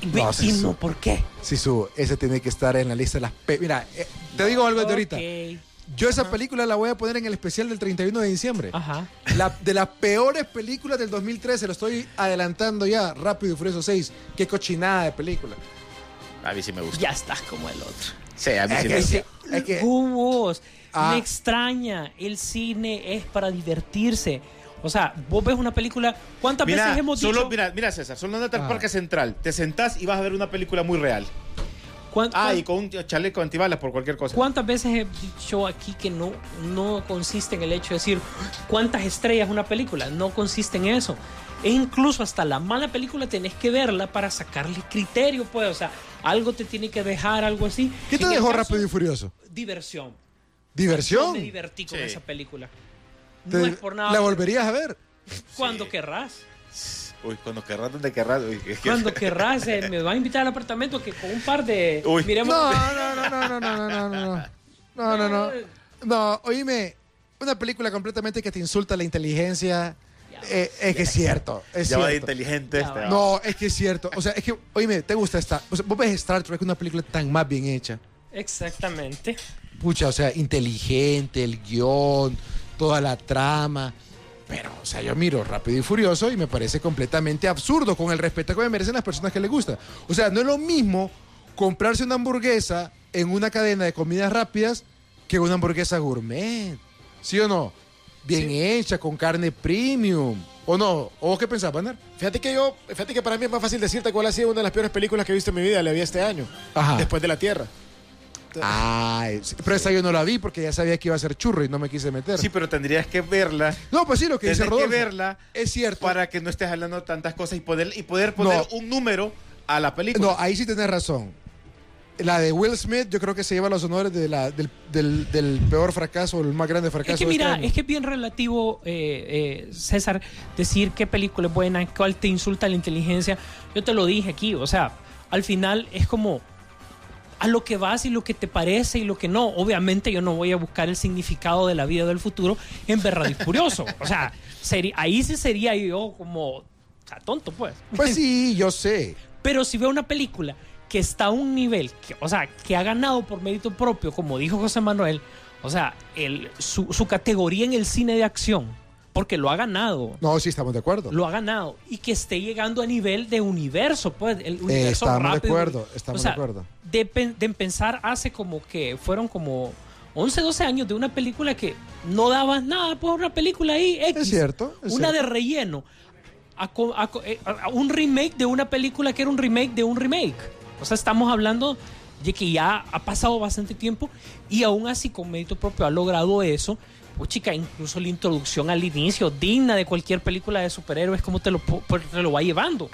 Speaker 7: Y,
Speaker 6: No, sí,
Speaker 7: y
Speaker 6: sí.
Speaker 7: no, ¿por qué?
Speaker 6: Sí, su. Ese tiene que estar en la lista de las... pe- Mira, eh, te digo algo desde ahorita.
Speaker 7: Ok,
Speaker 6: Yo esa película la voy a poner en el especial del 31 de diciembre.
Speaker 7: Ajá.
Speaker 6: La- de las peores películas del 2013, lo estoy adelantando ya, Rápido y Furioso 6. Qué cochinada de película.
Speaker 9: A mí sí me gusta.
Speaker 7: Ya Eh, estás como el otro.
Speaker 9: Sí, a mí sí me
Speaker 6: Es
Speaker 9: gusta.
Speaker 6: que- es que-
Speaker 7: Cubos.
Speaker 6: Ah.
Speaker 7: Me extraña. El cine es para divertirse. O sea, vos ves una película. ¿Cuántas veces
Speaker 9: Mira,
Speaker 7: hemos
Speaker 9: solo-
Speaker 7: dicho?
Speaker 9: mira, mira, César, solo andate
Speaker 6: Ah.
Speaker 9: al Parque Central. Te sentás y vas a ver una película muy real.
Speaker 7: cuán-
Speaker 9: Ah,
Speaker 7: cuán-
Speaker 9: y con un chaleco antibalas por cualquier cosa.
Speaker 7: ¿Cuántas veces he dicho aquí que no, no consiste en el hecho de decir cuántas estrellas una película? No consiste en eso. E incluso hasta la mala película tenés que verla para sacarle criterio, pues. O sea, algo te tiene que dejar, algo así.
Speaker 6: ¿Qué te
Speaker 7: En el
Speaker 6: dejó
Speaker 7: caso-
Speaker 6: Rápido y Furioso?
Speaker 7: Diversión. Yo me
Speaker 6: ¿Diversión?
Speaker 7: divertí con
Speaker 9: Sí.
Speaker 7: esa película.
Speaker 6: Te-
Speaker 7: No es por nada.
Speaker 6: ¿La volverías a ver?
Speaker 7: Cuando
Speaker 9: Sí.
Speaker 7: querrás.
Speaker 9: Uy, cuando querrás, donde querrás. Uy, que- que-
Speaker 7: Cuando querrás. eh, me va a invitar al apartamento que con un par de.
Speaker 9: Uy.
Speaker 7: miremos.
Speaker 6: No, no, no, no, no, no, no, no, no. No, no, no. No, oíme, una película completamente que te insulta la inteligencia. eh, es que es cierto. Es
Speaker 9: ya va de
Speaker 6: cierto.
Speaker 9: inteligente
Speaker 7: Ya
Speaker 9: este.
Speaker 7: va.
Speaker 9: va.
Speaker 6: No, es que es cierto. O sea, es que, oíme, ¿te gusta esta? O sea, vos ves Star Trek, una película tan más bien hecha.
Speaker 7: Exactamente.
Speaker 6: Pucha, o sea, inteligente, el guión, toda la trama. Pero, o sea, yo miro Rápido y Furioso y me parece completamente absurdo con el respeto que me merecen las personas que les gusta. O sea, no es lo mismo comprarse una hamburguesa en una cadena de comidas rápidas que una hamburguesa gourmet. ¿Sí o no? bien hecha, con carne premium. ¿O no? ¿O qué pensás, Banner?
Speaker 8: Fíjate que yo, fíjate que para mí es más fácil decirte cuál ha sido una de las peores películas que he visto en mi vida, la vi este año,
Speaker 6: Ajá.
Speaker 8: después de la Tierra.
Speaker 6: Ah, es- pero esa yo no la vi porque ya sabía que iba a ser churro y no me quise meter.
Speaker 9: Sí, pero tendrías que verla.
Speaker 6: no, pues sí, lo que dice
Speaker 9: Tienes
Speaker 6: Rodolfo.
Speaker 9: que verla
Speaker 6: Es cierto.
Speaker 9: para que no estés hablando tantas cosas y poder, y poder poner
Speaker 6: No.
Speaker 9: un número a la película.
Speaker 6: No, ahí sí tenés razón. La de Will Smith, yo creo que se lleva los honores de la- del, del- del peor fracaso, el más grande fracaso.
Speaker 7: Es que
Speaker 6: de este
Speaker 7: mira,
Speaker 6: año.
Speaker 7: es que es bien relativo, eh, eh, César, decir qué película es buena, cuál te insulta la inteligencia. Yo te lo dije aquí, o sea, al final es como a lo que vas y lo que te parece y lo que no. Obviamente yo no voy a buscar el significado de la vida del futuro en Berradil Furioso. O sea, seri- ahí sí sería yo como o sea, tonto, pues.
Speaker 6: Pues sí, yo sé.
Speaker 7: Pero si veo una película que está a un nivel, que- o sea, que ha ganado por mérito propio, como dijo José Manuel, o sea, el, su, su categoría en el cine de acción, porque lo ha ganado,
Speaker 6: No, sí, estamos de acuerdo.
Speaker 7: lo ha ganado, y que esté llegando a nivel de universo, pues, el universo
Speaker 6: Eh, estamos de
Speaker 7: rápido.
Speaker 6: acuerdo, estamos
Speaker 7: O sea,
Speaker 6: de acuerdo.
Speaker 7: De, pen- de pensar hace como que fueron como 11, 12 años de una película que no dabas nada por una película ahí, X.
Speaker 6: Es cierto, es
Speaker 7: una
Speaker 6: cierto.
Speaker 7: de relleno. A co- a co- eh, a- a un remake de una película que era un remake de un remake. O sea, estamos hablando de que ya ha pasado bastante tiempo y aún así con mérito propio ha logrado eso. Pues chica, incluso la introducción al inicio, digna de cualquier película de superhéroes, ¿cómo te lo, po- pues, te lo va llevando?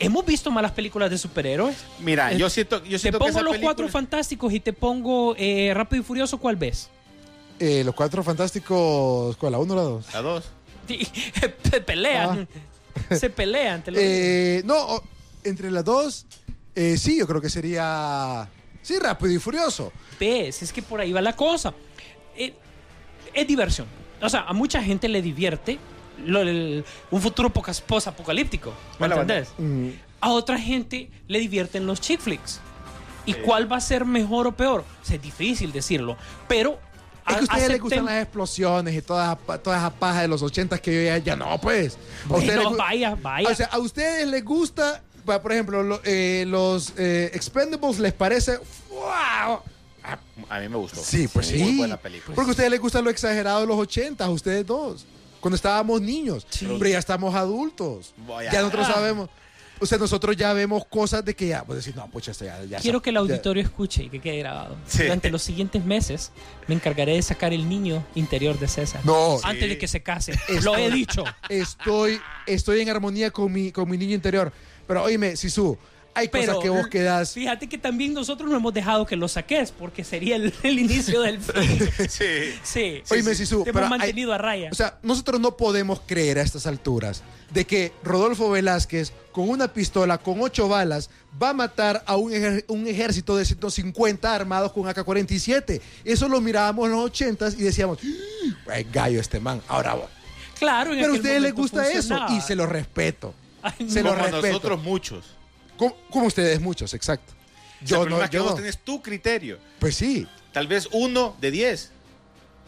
Speaker 7: Hemos visto malas películas de superhéroes.
Speaker 9: Mira,
Speaker 7: Eh,
Speaker 9: yo siento, yo
Speaker 7: Te
Speaker 9: siento que
Speaker 7: pongo
Speaker 9: esa
Speaker 7: los
Speaker 9: película-
Speaker 7: cuatro fantásticos y te pongo eh, Rápido y Furioso, ¿cuál ves?
Speaker 6: Eh, los cuatro fantásticos, ¿cuál? ¿La uno o la dos?
Speaker 9: A dos.
Speaker 7: Se eh, pelean.
Speaker 9: Ah.
Speaker 7: Se pelean, te lo digo.
Speaker 6: Eh, no, o- entre las dos, eh, sí, yo creo que sería. Sí, rápido y furioso.
Speaker 7: ves, es que por ahí va la cosa. Eh, es diversión. O sea, a mucha gente le divierte lo- el- un futuro pocas post apocalíptico. ¿Me
Speaker 9: Hola,
Speaker 7: entendés?
Speaker 6: Mm.
Speaker 7: A otra gente le divierten los chick flicks. ¿Y cuál va a ser mejor o peor? O sea, es difícil decirlo. Pero.
Speaker 6: Es que a ustedes les gustan
Speaker 7: acepten-
Speaker 6: las explosiones y toda, esa pa- toda esa paja de los 80 que yo ya, ya no, pues. A ustedes
Speaker 7: Bueno,
Speaker 6: les gu-
Speaker 7: vaya, vaya.
Speaker 6: O sea, a ustedes les gusta, pa- por ejemplo, lo- eh, los eh, Expendables les parece. ¡Wow!
Speaker 9: A mí me gustó.
Speaker 6: Sí, pues sí.
Speaker 9: Muy buena película.
Speaker 6: Porque a ustedes les gusta lo exagerado de los 80, a ustedes dos. Cuando estábamos niños. Pero ya estamos adultos.
Speaker 9: Voy a-
Speaker 6: Ya nosotros sabemos. O sea, nosotros ya vemos cosas de que ya, pues decir, no, pucha, esto ya, ya
Speaker 7: Quiero
Speaker 6: sa-
Speaker 7: que el
Speaker 6: ya-
Speaker 7: auditorio escuche y que quede grabado.
Speaker 9: Sí.
Speaker 7: Durante los siguientes meses me encargaré de sacar el niño interior de César.
Speaker 6: No.
Speaker 7: Antes de que se case.
Speaker 6: Estoy-
Speaker 7: Lo he dicho.
Speaker 6: Estoy, estoy en armonía con mi, con mi niño interior. Pero oíme, Sisu, hay
Speaker 7: Pero
Speaker 6: cosas que vos quedás.
Speaker 7: Fíjate que también nosotros no hemos dejado que lo saques porque sería el, el inicio del fin.
Speaker 9: Sí.
Speaker 7: Sí.
Speaker 6: Oíme,
Speaker 7: sí,
Speaker 6: Sisu,
Speaker 7: Te
Speaker 6: pero
Speaker 7: hemos
Speaker 6: hay-
Speaker 7: mantenido a raya.
Speaker 6: O sea, nosotros no podemos creer a estas alturas de que Rodolfo Velázquez, con una pistola, con ocho balas, va a matar a un, ejer- un ejército de 150 armados con AK-47. Eso lo mirábamos en los 80s y decíamos, ¡Ah! es gallo este man, ahora vos.
Speaker 7: claro, en
Speaker 6: Pero a
Speaker 7: aquel
Speaker 6: ustedes les
Speaker 7: momento
Speaker 6: gusta eso
Speaker 7: funcionaba.
Speaker 6: y se lo respeto.
Speaker 7: Ay,
Speaker 6: se
Speaker 9: Como
Speaker 6: lo respeto.
Speaker 9: nosotros muchos.
Speaker 6: Como, como ustedes muchos, exacto.
Speaker 9: el
Speaker 6: Yo
Speaker 9: problema
Speaker 6: no,
Speaker 9: es que
Speaker 6: yo
Speaker 9: vos
Speaker 6: no.
Speaker 9: tenés tu criterio.
Speaker 6: Pues sí,
Speaker 9: Tal vez uno de diez.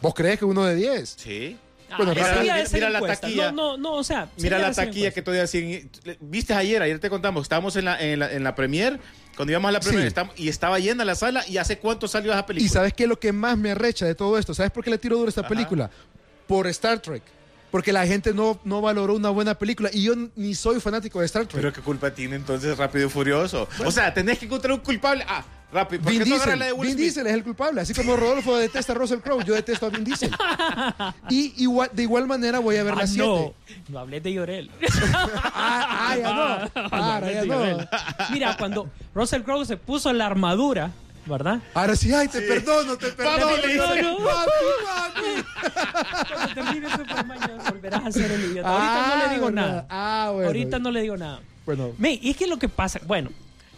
Speaker 6: vos crees que uno de 10.
Speaker 9: Sí.
Speaker 7: Ah,
Speaker 6: Bueno,
Speaker 7: sería
Speaker 9: mira-
Speaker 7: de ser
Speaker 9: mira la
Speaker 7: encuesta.
Speaker 9: taquilla.
Speaker 7: No, no, no, o sea.
Speaker 9: Mira
Speaker 7: sería
Speaker 9: la
Speaker 7: de ser
Speaker 9: taquilla que
Speaker 7: encuesta.
Speaker 9: todavía siguen. Viste ayer, ayer te contamos, estábamos en la, en la, en la premier, cuando íbamos a la premier,
Speaker 6: Sí.
Speaker 9: estábamos- y estaba llena la sala, y hace cuánto salió esa película.
Speaker 6: Y sabes qué es lo que más me arrecha de todo esto. ¿Sabes por qué le tiro duro a esta
Speaker 9: Ajá.
Speaker 6: película? Por Star Trek. Porque la gente no, no valoró una buena película. Y yo n- ni soy fanático de Star Trek.
Speaker 9: Pero qué culpa tiene entonces Rápido y Furioso. O sea, tenés que encontrar un culpable. Ah, rápido. ¿Por
Speaker 6: Vin,
Speaker 9: qué no agarras
Speaker 6: Diesel,
Speaker 9: la de Will
Speaker 6: Vin
Speaker 9: Smith?
Speaker 6: Diesel es el culpable. Así como Rodolfo detesta a Russell Crowe, yo detesto a Vin Diesel. Y igual- de igual manera voy a ver
Speaker 7: Ah,
Speaker 6: la 7.
Speaker 7: no, no hables de Llorel.
Speaker 6: Ah, ah, ya no. Ahora ya no.
Speaker 7: Mira, cuando Russell Crowe se puso la armadura, ¿verdad?
Speaker 6: Ahora sí, ay, te perdono, te perdono.
Speaker 9: Vamos, le dice.
Speaker 7: No, no.
Speaker 6: Papi, papi.
Speaker 7: Cuando termine Superman, ya volverás a ser el idiota. Ahorita no
Speaker 6: Ah,
Speaker 7: le digo
Speaker 6: ¿verdad?
Speaker 7: nada.
Speaker 6: Ah, bueno.
Speaker 7: Ahorita no le digo nada.
Speaker 6: Bueno.
Speaker 7: Ve, y es que lo que pasa, bueno,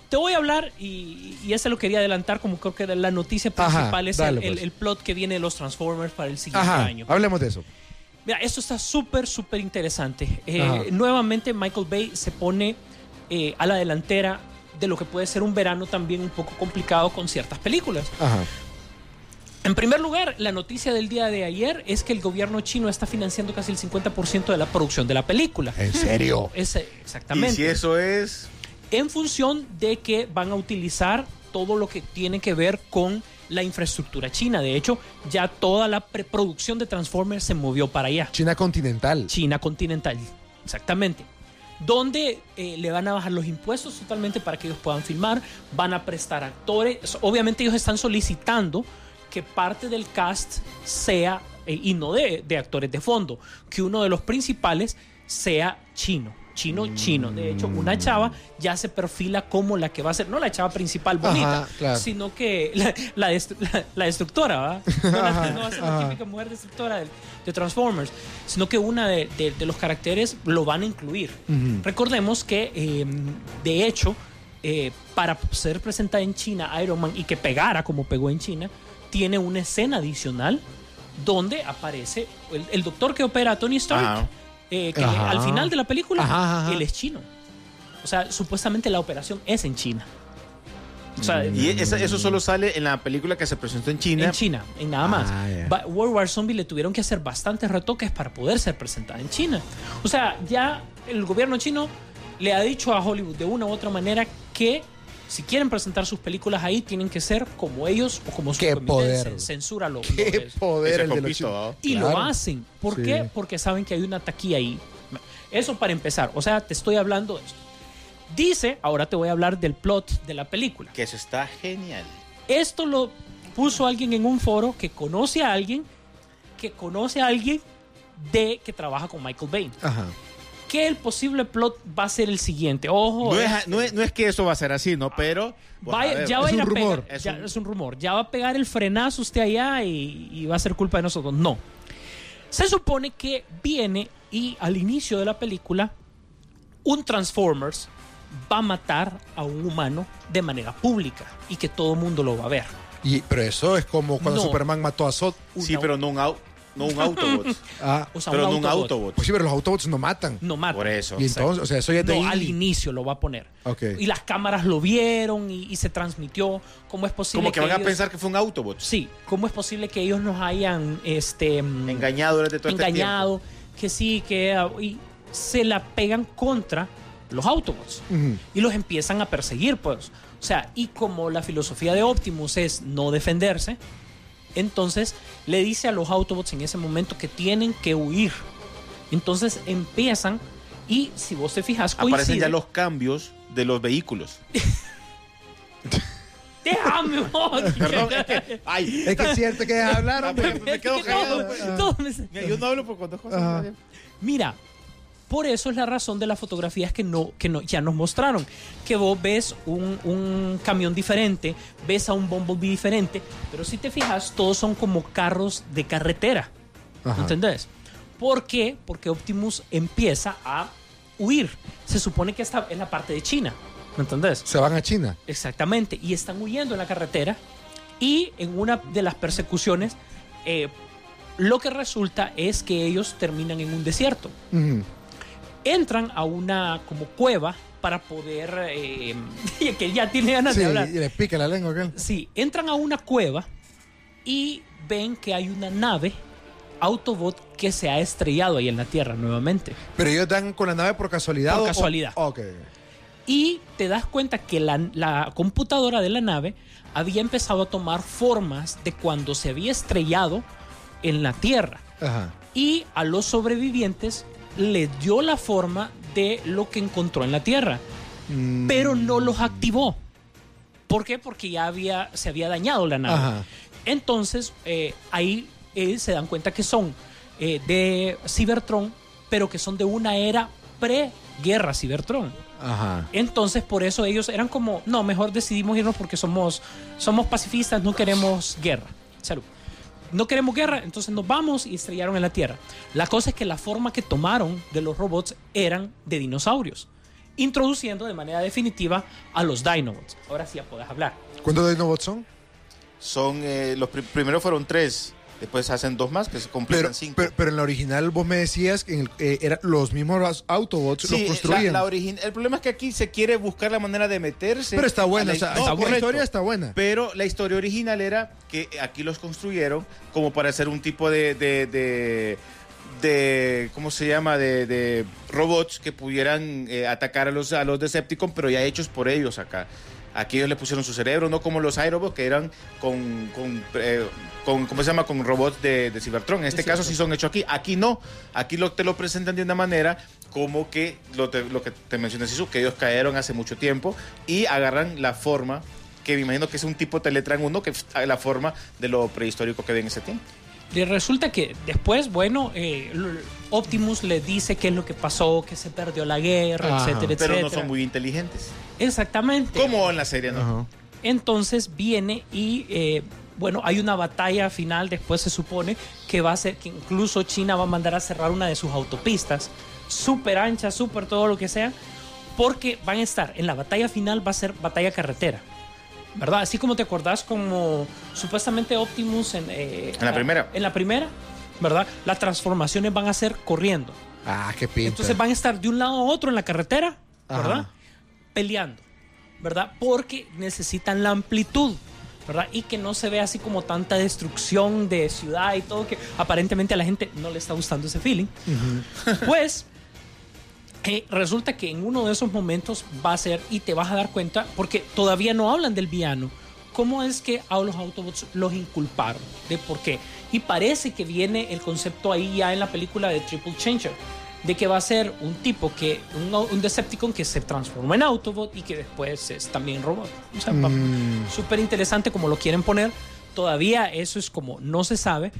Speaker 7: te voy a hablar y, y ese lo quería adelantar como creo que la noticia principal
Speaker 6: Ajá,
Speaker 7: es
Speaker 6: dale,
Speaker 7: el, el-
Speaker 6: pues.
Speaker 7: el plot que viene de los Transformers para el siguiente
Speaker 6: Ajá, Ah.
Speaker 7: año.
Speaker 6: hablemos de eso.
Speaker 7: Mira, esto está súper, súper interesante. Eh,
Speaker 6: Ajá.
Speaker 7: nuevamente Michael Bay se pone eh, a la delantera de lo que puede ser un verano también un poco complicado con ciertas películas.
Speaker 6: Ajá.
Speaker 7: En primer lugar, la noticia del día de ayer es que el gobierno chino está financiando casi el 50% de la producción de la película.
Speaker 6: ¿En serio?
Speaker 7: Es, eh,
Speaker 9: Y
Speaker 7: exactamente.
Speaker 9: si eso es.
Speaker 7: En función de que van a utilizar todo lo que tiene que ver con la infraestructura china. De hecho, ya toda la preproducción de Transformers se movió para allá.
Speaker 6: China continental.
Speaker 7: China continental, exactamente. Donde eh, le van a bajar los impuestos totalmente para que ellos puedan filmar, van a prestar actores. Obviamente ellos están solicitando que parte del cast sea, eh, y no de, de actores de fondo, que uno de los principales sea chino. Chino, chino. De hecho, una chava ya se perfila como la que va a ser, no la chava principal bonita,
Speaker 6: claro.
Speaker 7: sino que la, la destru- la- la destructora, ¿va? No, la- no va a ser la típica mujer destructora de, de Transformers, sino que una de, de- de los caracteres lo van a incluir. Recordemos que, eh, de hecho, eh, para ser presentada en China Iron Man y que pegara como pegó en China, tiene una escena adicional donde aparece el, el doctor que opera a Tony Stark,
Speaker 9: Ajá.
Speaker 7: eh, que
Speaker 6: Ajá.
Speaker 7: al final de la película,
Speaker 6: Ajá, ajá.
Speaker 7: él es chino. O sea, supuestamente la operación es en China. O sea,
Speaker 6: Mm.
Speaker 9: Y esa- eso solo sale en la película que se presentó en China.
Speaker 7: en China, en nada más.
Speaker 6: Ah, ya.
Speaker 7: Ba- World War Zombie le tuvieron que hacer bastantes retoques para poder ser presentada en China. O sea, ya el gobierno chino le ha dicho a Hollywood de una u otra manera que si quieren presentar sus películas ahí, tienen que ser como ellos o como su
Speaker 6: ¡Qué
Speaker 7: competencia.
Speaker 6: poder!
Speaker 7: Censura lo- lo que
Speaker 6: Qué
Speaker 7: es.
Speaker 6: poder
Speaker 9: Ese
Speaker 6: el de los
Speaker 9: compito,
Speaker 6: chinos.
Speaker 9: ¿no?
Speaker 7: Y lo
Speaker 6: Claro.
Speaker 7: hacen. ¿Por
Speaker 6: Sí.
Speaker 7: qué? Porque saben que hay una taquilla ahí. Eso para empezar. O sea, te estoy hablando de esto. Dice, ahora te voy a hablar del plot de la película.
Speaker 9: Que eso está genial.
Speaker 7: Esto lo puso alguien en un foro que conoce a alguien que conoce a alguien de que trabaja con Michael Bay.
Speaker 6: Ajá.
Speaker 7: Que el posible plot va a ser el siguiente. Ojo,
Speaker 9: No
Speaker 7: eh,
Speaker 9: es, no es- no es que eso va a ser así, ¿no? Pero. pues,
Speaker 7: va-
Speaker 9: a ver,
Speaker 7: Ah. ya
Speaker 9: es
Speaker 7: va a ir
Speaker 9: un
Speaker 7: a
Speaker 9: rumor.
Speaker 7: pegar-
Speaker 9: Es
Speaker 7: ya-
Speaker 9: un-
Speaker 7: es un rumor. Ya va a pegar el frenazo usted allá y, y va a ser culpa de nosotros. No. Se supone que viene y al inicio de la película un Transformers va a matar a un humano de manera pública y que todo el mundo lo va a ver.
Speaker 6: Y, pero eso es como cuando
Speaker 7: No.
Speaker 6: Superman mató a Zod.
Speaker 9: Sí,
Speaker 7: Una-
Speaker 9: pero no un, au- no un Autobot.
Speaker 6: Ah,
Speaker 7: O sea,
Speaker 9: pero no
Speaker 7: un
Speaker 9: un
Speaker 7: Autobot.
Speaker 9: Autobot.
Speaker 6: pues sí, pero los Autobots no matan.
Speaker 7: No mata.
Speaker 9: Por eso.
Speaker 6: Y entonces, o sea, eso ya es de
Speaker 7: No, al
Speaker 6: indie.
Speaker 7: inicio lo va a poner.
Speaker 6: Ok.
Speaker 7: Y las cámaras lo vieron y, y se transmitió. ¿Cómo es posible
Speaker 9: Como que van a
Speaker 7: ellos-
Speaker 9: pensar que fue un Autobot.
Speaker 7: Sí, ¿cómo es posible que ellos nos hayan este, mm,
Speaker 9: Engañado durante todo este
Speaker 7: engañado? que sí, que... ah, Y se la pegan contra los Autobots.
Speaker 6: Ujú.
Speaker 7: Y los empiezan a perseguir, pues. O sea, y como la filosofía de Optimus es no defenderse, entonces le dice a los Autobots en ese momento que tienen que huir. Entonces empiezan y si vos te fijas,
Speaker 9: este tiempo. Aparecen
Speaker 7: coincide.
Speaker 9: ya los cambios de los vehículos.
Speaker 7: Déjame, Jorge.
Speaker 9: Perdón, es que. Ay,
Speaker 6: Es que es cierto que deja hablar,
Speaker 9: Ah,
Speaker 6: hombre.
Speaker 9: pues, me quedo
Speaker 7: Es que
Speaker 9: callado.
Speaker 7: todo-
Speaker 9: pues.
Speaker 7: todo me-
Speaker 9: Mira, Yo no hablo por cuántas cosas.
Speaker 7: Mira, por eso es la razón de las fotografías que, no, que no, ya nos mostraron. Que vos ves un, un camión diferente, ves a un Bumblebee diferente, pero si te fijas, todos son como carros de carretera.
Speaker 6: Ajá.
Speaker 7: ¿Entendés? ¿Por qué? Porque Optimus empieza a huir. Se supone que esta es la parte de China. ¿Me entendés?
Speaker 6: Se van a China.
Speaker 7: Exactamente. Y están huyendo en la carretera. Y en una de las persecuciones, eh, lo que resulta es que ellos terminan en un desierto.
Speaker 6: Ujú.
Speaker 7: Entran a una como cueva para poder... eh, que ya tiene ganas
Speaker 6: Sí,
Speaker 7: de hablar.
Speaker 6: y le pica la lengua aquel.
Speaker 7: Sí, entran a una cueva y ven que hay una nave Autobot que se ha estrellado ahí en la Tierra nuevamente.
Speaker 6: Pero ellos dan con la nave por casualidad.
Speaker 7: Por
Speaker 6: o-
Speaker 7: casualidad.
Speaker 6: Ok.
Speaker 7: y te das cuenta que la, la computadora de la nave había empezado a tomar formas de cuando se había estrellado en la Tierra
Speaker 6: Ajá.
Speaker 7: y a los sobrevivientes le dio la forma de lo que encontró en la Tierra,
Speaker 6: Mm.
Speaker 7: pero no los activó. ¿Por qué? Porque ya había, se había dañado la nave.
Speaker 6: Ajá.
Speaker 7: Entonces, eh, ahí eh, se dan cuenta que son eh, de Cybertron, pero que son de una era pre-guerra Cybertron.
Speaker 6: Ajá.
Speaker 7: Entonces, por eso ellos eran como, no, mejor decidimos irnos porque somos, somos pacifistas, no queremos guerra. Salud. No queremos guerra, entonces nos vamos y estrellaron en la Tierra. La cosa es que la forma que tomaron de los robots eran de dinosaurios, introduciendo de manera definitiva a los Dinobots. Ahora sí ya podés hablar.
Speaker 6: ¿Cuántos Dinobots son?
Speaker 9: Son. eh, los pri- primero fueron tres. Después hacen dos más que se completan
Speaker 6: Pero,
Speaker 9: cinco.
Speaker 6: pero, pero en la original vos me decías que en el- eh, eran los mismos Autobots
Speaker 9: Sí,
Speaker 6: los
Speaker 9: la-
Speaker 6: construían.
Speaker 9: la origi- el problema es que aquí se quiere buscar la manera de meterse.
Speaker 6: pero está buena.
Speaker 9: a
Speaker 6: o sea,
Speaker 9: no,
Speaker 6: la
Speaker 9: correcto.
Speaker 6: historia está buena.
Speaker 9: Pero la historia original era que aquí los construyeron como para hacer un tipo de. de, de- de- ¿Cómo se llama? De, de robots que pudieran eh, atacar a los, a los Decepticons, pero ya hechos por ellos acá. Aquí ellos le pusieron su cerebro, no como los Aerobots que eran con, con, eh, con- ¿cómo se llama? Con robots de, de Cybertron. En este caso sí son hechos aquí. Aquí no. Aquí lo, te lo presentan de una manera como que lo, te- lo que te mencioné, Sisu, que ellos cayeron hace mucho tiempo y agarran la forma que me imagino que es un tipo Teletran 1, que es la forma de lo prehistórico que ven en ese tiempo.
Speaker 7: Y resulta que después, bueno, eh, l- Optimus le dice qué es lo que pasó, que se perdió la guerra,
Speaker 6: Ajá.
Speaker 7: etcétera, etcétera.
Speaker 9: Pero no son muy inteligentes.
Speaker 7: Exactamente.
Speaker 9: Como en la serie, ¿no?
Speaker 6: Ajá.
Speaker 7: Entonces viene y, eh, bueno, hay una batalla final, después se supone que va a ser que incluso China va a mandar a cerrar una de sus autopistas, súper ancha, súper todo lo que sea, porque van a estar, en la batalla final va a ser batalla carretera. ¿Verdad? Así como te acordás como supuestamente Optimus en, eh,
Speaker 9: En la primera.
Speaker 7: En la primera, ¿verdad? Las transformaciones van a ser corriendo.
Speaker 6: Ah, qué pinta.
Speaker 7: Entonces van a estar de un lado a otro en la carretera,
Speaker 6: Ajá.
Speaker 7: ¿verdad? Peleando, ¿verdad? Porque necesitan la amplitud, ¿verdad? Y que no se vea así como tanta destrucción de ciudad y todo, que aparentemente a la gente no le está gustando ese feeling. Pues eh, resulta que en uno de esos momentos va a ser y te vas a dar cuenta, porque todavía no hablan del villano, cómo es que a los Autobots los inculparon, de por qué. Y parece que viene el concepto ahí ya en la película de Triple Changer, de que va a ser un tipo que, un, au- un Decepticon que se transforma en Autobot y que después es también robot. O sea, pa- súper interesante como lo quieren poner. Todavía eso es como no se sabe.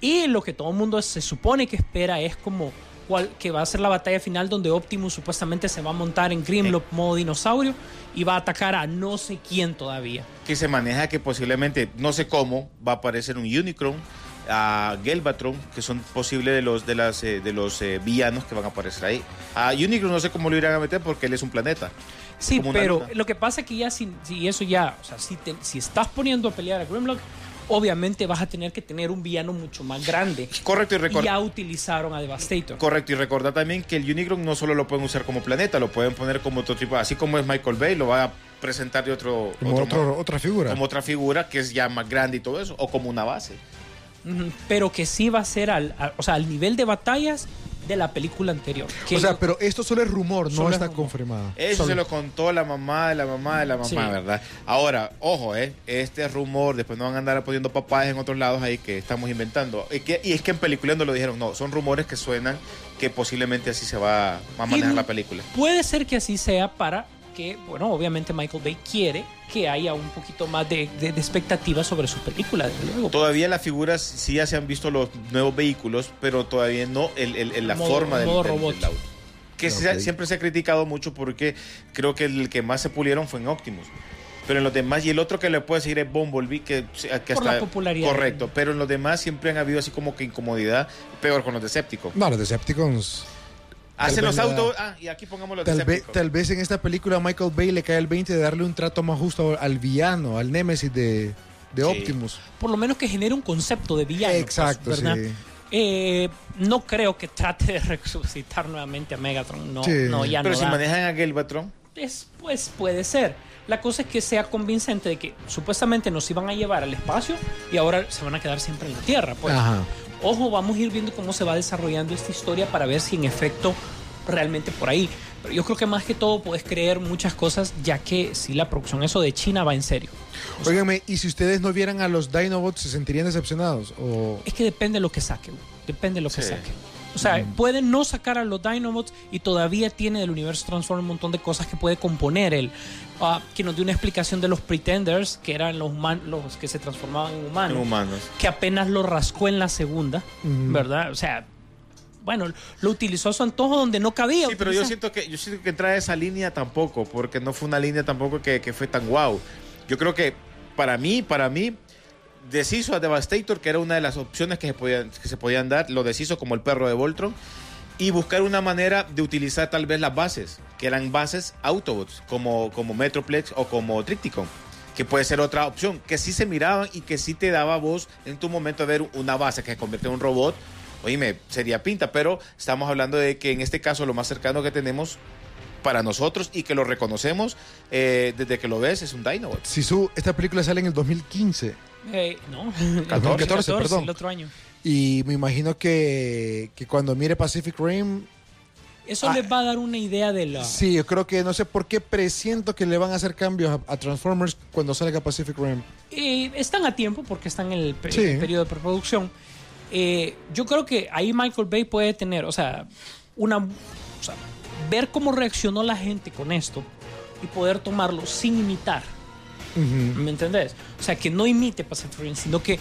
Speaker 7: Y lo que todo el mundo se supone que espera es como cuál- que va a ser la batalla final donde Optimus supuestamente se va a montar en Grimlock modo dinosaurio y va a atacar a no sé quién todavía.
Speaker 9: que se maneja que posiblemente, no sé cómo, va a aparecer un Unicron, a Gelbatron, que son posibles de los, de las, eh, de los eh, villanos que van a aparecer ahí. A Unicron no sé cómo lo irán a meter porque él es un planeta.
Speaker 7: Sí,
Speaker 9: Como una
Speaker 7: pero
Speaker 9: lucha.
Speaker 7: lo que pasa es que ya si, si eso ya, o sea, si, te- si estás poniendo a pelear a Grimlock, obviamente vas a tener que tener un villano mucho más grande.
Speaker 9: Correcto y
Speaker 7: Y
Speaker 9: recordar.
Speaker 7: ya utilizaron a Devastator.
Speaker 9: Correcto, y recordar también que el Unicron no solo lo pueden usar como planeta, lo pueden poner como otro tipo, así como es Michael Bay, lo va a presentar de otro,
Speaker 8: Como
Speaker 9: otro
Speaker 8: otro-
Speaker 9: modo,
Speaker 8: otra figura.
Speaker 9: como otra figura que es ya más grande y todo eso, o como una base.
Speaker 7: Ujú, pero que sí va a ser al, al- o sea, al nivel de batallas de la película anterior. Que
Speaker 6: o sea, pero esto solo es rumor,
Speaker 7: Solo
Speaker 6: no
Speaker 7: es
Speaker 6: está
Speaker 7: rumor.
Speaker 6: confirmado.
Speaker 9: Eso
Speaker 7: Solo.
Speaker 9: se lo contó la mamá de la mamá de la mamá,
Speaker 7: Sí.
Speaker 9: ¿verdad? Ahora, ojo, ¿eh? Este rumor, después no van a andar poniendo papás en otros lados ahí que estamos inventando. Y, que- y es que en película no lo dijeron, no, son rumores que suenan que posiblemente así se va a manejar
Speaker 7: Y-
Speaker 9: la película.
Speaker 7: puede ser que así sea para que, bueno, obviamente Michael Bay quiere que haya un poquito más de, de, de expectativa sobre su película, desde luego.
Speaker 9: Todavía las figuras sí ya se han visto los nuevos vehículos, pero todavía no el, el- el- la
Speaker 7: Modo-
Speaker 9: forma del,
Speaker 7: modo
Speaker 9: del-
Speaker 7: robot.
Speaker 9: del auto. Que se-
Speaker 6: Ok.
Speaker 9: siempre se ha criticado mucho porque creo que el que más se pulieron fue en Optimus. Pero en los demás, y el otro que le puedo decir es Bumblebee, que, que
Speaker 7: Por la popularidad.
Speaker 9: Correcto, pero en los demás siempre han habido así como que incomodidad, peor con los Decepticons.
Speaker 8: No, los Decepticons.
Speaker 9: Hacen los
Speaker 8: vez la-
Speaker 9: autos, ah, y aquí pongamos los
Speaker 6: Tal, ve-
Speaker 9: Decepticons.
Speaker 6: tal vez en esta película Michael Bay le cae el 20 de darle un trato más justo al villano, al némesis de, de Optimus.
Speaker 7: Por lo menos que genere un concepto de villano. pues,
Speaker 6: Exacto,
Speaker 7: ¿verdad?
Speaker 6: sí.
Speaker 7: Eh, no creo que trate de resucitar nuevamente a Megatron. No,
Speaker 6: Sí.
Speaker 7: no ya
Speaker 9: pero
Speaker 7: no
Speaker 9: si
Speaker 7: da.
Speaker 9: manejan a Gelbatron,
Speaker 7: Es- pues puede ser. La cosa es que sea convincente de que supuestamente nos iban a llevar al espacio y ahora se van a quedar siempre en la Tierra. Pues.
Speaker 6: Ajá.
Speaker 7: Ojo, vamos a ir viendo cómo se va desarrollando esta historia para ver si en efecto realmente por ahí. Pero yo creo que más que todo puedes creer muchas cosas, ya que si la producción eso de China va en serio.
Speaker 6: Óigame, ¿y si ustedes no vieran a los Dinobots, se sentirían decepcionados? O...
Speaker 7: Es que depende de lo que saque, güey. depende de lo que
Speaker 9: Sí.
Speaker 7: saque. O sea, puede no sacar a los Dinobots y todavía tiene del universo Transform un montón de cosas que puede componer él. Ah, que nos dio una explicación de los Pretenders, que eran los, human- los que se transformaban en humanos.
Speaker 9: en humanos.
Speaker 7: que apenas lo rascó en la segunda, ¿verdad? O sea, bueno, lo utilizó a su antojo donde no cabía.
Speaker 9: Sí, pero yo
Speaker 7: utilizar.
Speaker 9: siento que yo siento que entrar a esa línea tampoco, porque no fue una línea tampoco que, que fue tan guau. Yo creo que para mí, para mí, deshizo a Devastator, que era una de las opciones que se podían, que se podían dar, lo deshizo como el perro de Voltron, y buscar una manera de utilizar tal vez las bases, que eran bases Autobots, como, como Metroplex o como Tripticon. Que puede ser otra opción, que sí se miraban y que sí te daba voz en tu momento a ver una base que se convierte en un robot Oíme, sería pinta, pero estamos hablando de que en este caso lo más cercano que tenemos para nosotros y que lo reconocemos eh, desde que lo ves es un Dinobot.
Speaker 6: Si su, esta película sale en el 2015
Speaker 7: Eh, no,
Speaker 6: 14,
Speaker 7: 14,
Speaker 6: perdón.
Speaker 7: el otro año.
Speaker 6: y me imagino que, que cuando mire Pacific Rim
Speaker 7: Eso les va a dar una idea de la...
Speaker 6: Sí, yo creo que no sé por qué presiento que le van a hacer cambios a, a Transformers cuando salga Pacific Rim.
Speaker 7: Eh, están a tiempo porque están en el, pe-
Speaker 6: Sí.
Speaker 7: el periodo de preproducción. Eh, yo creo que ahí Michael Bay puede tener, o sea, una, o sea, ver cómo reaccionó la gente con esto y poder tomarlo sin imitar. ¿Me entendés? O sea, que no imite Pacific Rim, sino que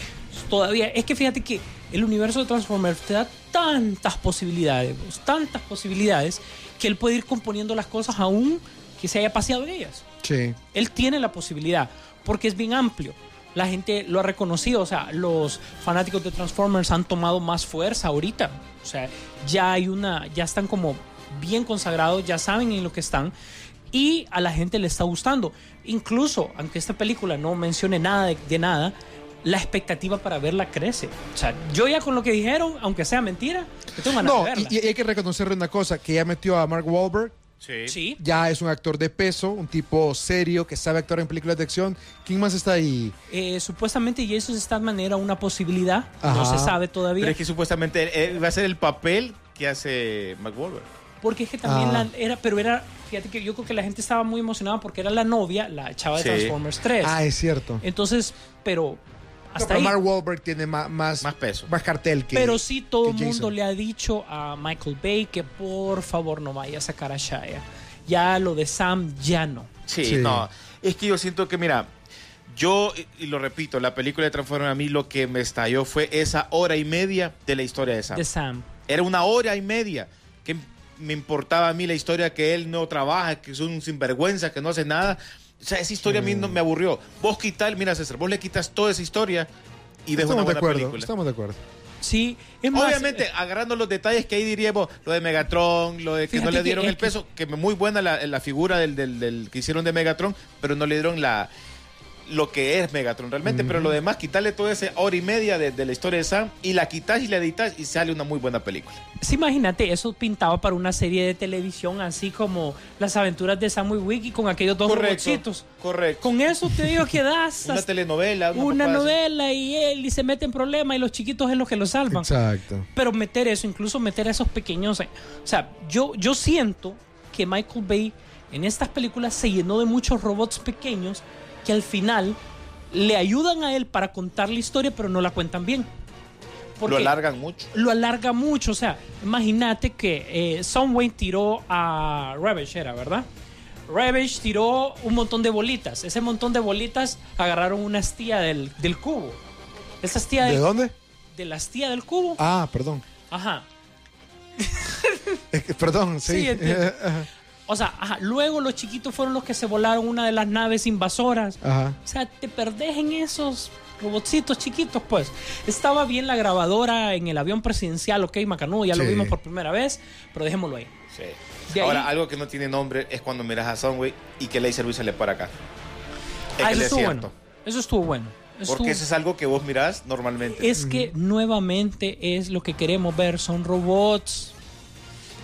Speaker 7: todavía. Es que fíjate que el universo de Transformers te da tantas posibilidades, vos, tantas posibilidades, que él puede ir componiendo las cosas aún que se haya paseado en ellas.
Speaker 6: Sí.
Speaker 7: Él tiene la posibilidad, porque es bien amplio. La gente lo ha reconocido, o sea, los fanáticos de Transformers han tomado más fuerza ahorita. O sea, ya hay una, ya están como bien consagrados, ya saben en lo que están y a la gente le está gustando. Incluso, aunque esta película no mencione nada de, de nada, la expectativa para verla crece. O sea, yo ya con lo que dijeron, aunque sea mentira, yo tengo ganas
Speaker 6: No,
Speaker 7: de verla.
Speaker 6: y, y hay que reconocerle una cosa, que ya metió a Mark Wahlberg,
Speaker 9: Sí.
Speaker 7: sí.
Speaker 6: ya es un actor de peso, un tipo serio que sabe actuar en películas de acción. ¿Quién más está ahí?
Speaker 7: Eh, supuestamente Jason Statham era una posibilidad, no
Speaker 6: Ajá.
Speaker 7: se sabe todavía.
Speaker 9: Pero es que supuestamente él, él va a ser el papel que hace McWolver.
Speaker 7: Porque es que también
Speaker 6: Ah.
Speaker 7: la- era, pero era, fíjate que yo creo que la gente estaba muy emocionada porque era la novia, la chava de
Speaker 9: Sí.
Speaker 7: Transformers 3.
Speaker 6: Ah, es cierto.
Speaker 7: Eh, Entonces, pero
Speaker 6: No,
Speaker 7: hasta
Speaker 6: pero
Speaker 7: ahí.
Speaker 6: Mark Wahlberg tiene ma- más,
Speaker 9: Más peso.
Speaker 6: más cartel que.
Speaker 7: pero sí todo
Speaker 6: que
Speaker 7: el mundo
Speaker 6: Jason.
Speaker 7: le ha dicho a Michael Bay que por favor no vaya a sacar a Shia. Ya lo de Sam ya no.
Speaker 9: Sí,
Speaker 6: Sí.
Speaker 9: no. Es que yo siento que, mira, yo, y- y lo repito, la película de Transformers a mí lo que me estalló fue esa hora y media de la historia de Sam.
Speaker 7: De Sam.
Speaker 9: Era una hora y media que me importaba a mí la historia que él no trabaja, que es un sinvergüenza, que no hace nada. O sea, esa historia a
Speaker 6: Mm.
Speaker 9: mí no me aburrió. Vos quitar, mira César, vos le quitas toda esa historia y dejas
Speaker 6: Estamos
Speaker 9: una
Speaker 6: de
Speaker 9: buena
Speaker 6: acuerdo,
Speaker 9: película.
Speaker 6: estamos de acuerdo.
Speaker 7: Sí, es más, eh,
Speaker 9: Obviamente, agarrando los detalles que ahí diríamos, lo de Megatron, lo de que
Speaker 7: Fíjate
Speaker 9: no le
Speaker 7: que
Speaker 9: dieron
Speaker 7: es
Speaker 9: el
Speaker 7: que-
Speaker 9: peso, que muy buena la, la figura del, del- del que hicieron de Megatron, pero no le dieron la lo que es Megatron realmente, pero lo demás, quitarle toda esa hora y media de, de la historia de Sam y la quitas y la editas y sale una muy buena película.
Speaker 7: Sí, imagínate, eso pintaba para una serie de televisión así como las aventuras de Sam y Wiggy con aquellos dos robotcitos.
Speaker 9: correcto.
Speaker 7: Con eso te digo que das
Speaker 9: una
Speaker 7: hasta-
Speaker 9: telenovela.
Speaker 7: una
Speaker 9: papada así.
Speaker 7: novela y él y se mete en problemas y los chiquitos es los que lo salvan.
Speaker 6: Exacto.
Speaker 7: Pero meter eso, incluso meter a esos pequeños. eh, O sea, yo, yo siento que Michael Bay en estas películas se llenó de muchos robots pequeños que al final le ayudan a él para contar la historia, pero no la cuentan bien.
Speaker 9: Lo
Speaker 7: Porque
Speaker 9: alargan mucho.
Speaker 7: lo alarga mucho. O sea, imagínate que eh, Sunway tiró a Ravage, era, ¿verdad? Ravage tiró un montón de bolitas. Ese montón de bolitas agarraron una astilla del, del cubo. Esa astilla
Speaker 6: ¿De
Speaker 7: del-
Speaker 6: dónde?
Speaker 7: de la astilla del cubo.
Speaker 6: Ah, perdón.
Speaker 7: Ajá.
Speaker 6: Es que- perdón, sí.
Speaker 7: Sí, entiendo. O sea, ajá, luego los chiquitos fueron los que se volaron una de las naves invasoras.
Speaker 6: Ajá.
Speaker 7: O sea, te perdés en esos robotcitos chiquitos, pues. Estaba bien la grabadora en el avión presidencial, ok, Macanú, ya lo
Speaker 6: Sí.
Speaker 7: vimos por primera vez, pero dejémoslo ahí.
Speaker 9: Sí.
Speaker 7: De ahí-
Speaker 9: Ahora, algo que no tiene nombre es cuando miras a Sunway y que Laser Luis sale para acá. Es
Speaker 7: Ah,
Speaker 9: que
Speaker 7: eso
Speaker 9: le
Speaker 7: estuvo
Speaker 9: siento.
Speaker 7: bueno. Eso estuvo bueno. Eso
Speaker 9: Porque eso
Speaker 7: estuvo-
Speaker 9: es algo que vos mirás normalmente.
Speaker 7: Es que nuevamente es lo que queremos ver, son robots.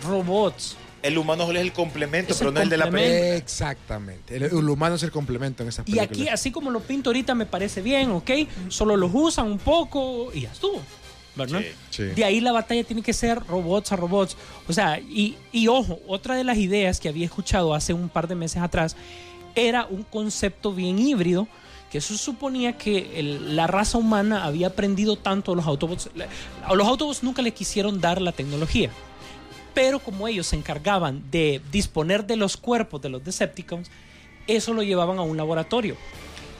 Speaker 7: Robots.
Speaker 9: El humano solo es el complemento,
Speaker 7: Es
Speaker 9: pero
Speaker 7: el
Speaker 9: no el de la
Speaker 7: complemento.
Speaker 9: película.
Speaker 6: Exactamente. El, el humano es el complemento en esas
Speaker 7: Y
Speaker 6: películas.
Speaker 7: aquí, así como lo pinto ahorita, me parece bien, ¿ok? Solo los usan un poco y ya estuvo. ¿verdad?
Speaker 9: Sí.
Speaker 6: Sí.
Speaker 7: De ahí la batalla tiene que ser robots a robots. O sea, y, y ojo, otra de las ideas que había escuchado hace un par de meses atrás era un concepto bien híbrido, que eso suponía que el- la raza humana había aprendido tanto a los autobots. la- A los autobots nunca les quisieron dar la tecnología. Pero como ellos se encargaban de disponer de los cuerpos de los Decepticons, eso lo llevaban a un laboratorio.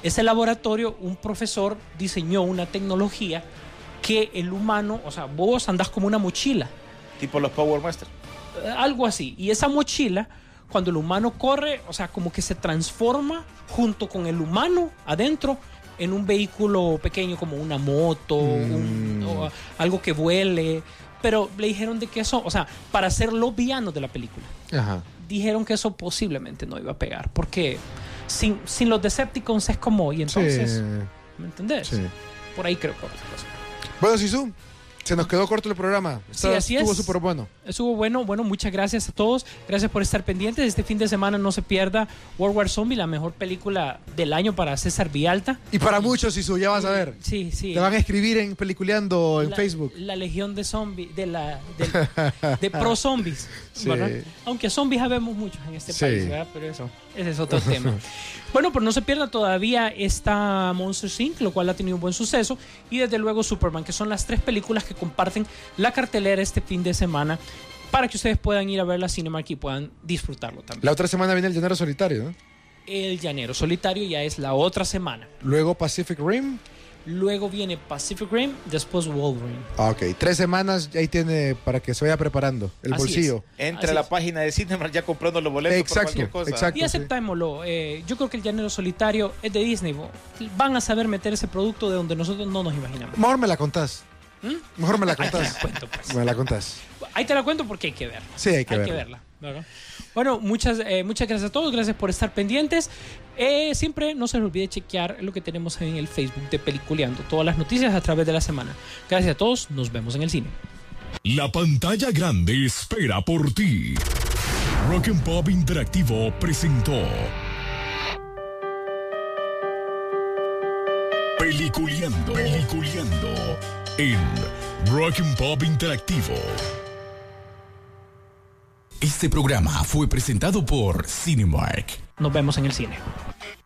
Speaker 7: Ese laboratorio, un profesor diseñó una tecnología que el humano, o sea, vos andás como una mochila,
Speaker 9: Tipo los Power Masters.
Speaker 7: eh, algo así. Y esa mochila, cuando el humano corre, o sea, como que se transforma junto con el humano adentro en un vehículo pequeño como una moto, un- o algo que vuele. Pero le dijeron de que eso, o sea, para ser los villanos de la película
Speaker 6: Ajá.
Speaker 7: dijeron que eso posiblemente no iba a pegar, porque sin, sin los Decepticons es como, y entonces,
Speaker 6: Sí.
Speaker 7: ¿me entendés?
Speaker 6: Sí.
Speaker 7: Por ahí creo que va la cosa.
Speaker 6: Bueno, Sisu, Se nos quedó corto el programa. Está-
Speaker 7: así
Speaker 6: Estuvo
Speaker 7: es.
Speaker 6: súper bueno.
Speaker 7: Estuvo bueno, bueno, muchas gracias a todos. Gracias por estar pendientes. Este fin de semana no se pierda World War Zombie, la mejor película del año para César Vialta.
Speaker 6: Y para muchos, Isu, ya vas a ver.
Speaker 7: Sí, sí.
Speaker 6: Te van a escribir en Peliculeando en
Speaker 7: la,
Speaker 6: Facebook.
Speaker 7: La legión de zombies, de la del- de pro zombies.
Speaker 6: Sí.
Speaker 7: ¿verdad? Aunque zombies habemos muchos en este
Speaker 6: Sí.
Speaker 7: país, ¿verdad? Pero eso, ese es otro tema. Bueno, pues no se pierda todavía esta Monster Inc., lo cual ha tenido un buen suceso. Y desde luego Superman, que son las tres películas que comparten la cartelera este fin de semana para que ustedes puedan ir a ver la Cinemark y puedan disfrutarlo también.
Speaker 6: La otra semana viene el Llanero Solitario, ¿no?
Speaker 7: El Llanero Solitario ya es la otra semana.
Speaker 6: Luego Pacific Rim.
Speaker 7: Luego viene Pacific Rim, después Wolverine.
Speaker 6: Ah, Ok, tres semanas ahí tiene para que se vaya preparando el
Speaker 7: Así
Speaker 6: bolsillo.
Speaker 9: Entra
Speaker 7: Así
Speaker 9: a la
Speaker 7: es.
Speaker 9: página de Cinemark ya comprando los boletos por
Speaker 6: Exacto,
Speaker 9: cualquier cosa.
Speaker 6: exacto.
Speaker 7: Y aceptémoslo. eh, yo creo que el llanero solitario es de Disney. bo. Van a saber meter ese producto de donde nosotros no nos imaginamos.
Speaker 6: Mejor me la contás. Mejor me la contás.
Speaker 7: Cuento, pues.
Speaker 6: me la contás.
Speaker 7: Ahí te la cuento porque hay que verla.
Speaker 6: Sí, hay que
Speaker 7: Hay
Speaker 6: verla.
Speaker 7: que verla. ¿verdad? Bueno, muchas, eh, muchas gracias a todos. Gracias por estar pendientes. Eh, siempre no se les olvide chequear lo que tenemos en el Facebook de Peliculeando. Todas las noticias a través de la semana. Gracias a todos. Nos vemos en el cine.
Speaker 2: La pantalla grande espera por ti. Rock and Pop Interactivo presentó. Peliculeando, peliculeando en Rock and Pop Interactivo.
Speaker 5: Este programa fue presentado por Cinemark.
Speaker 7: Nos vemos en el cine.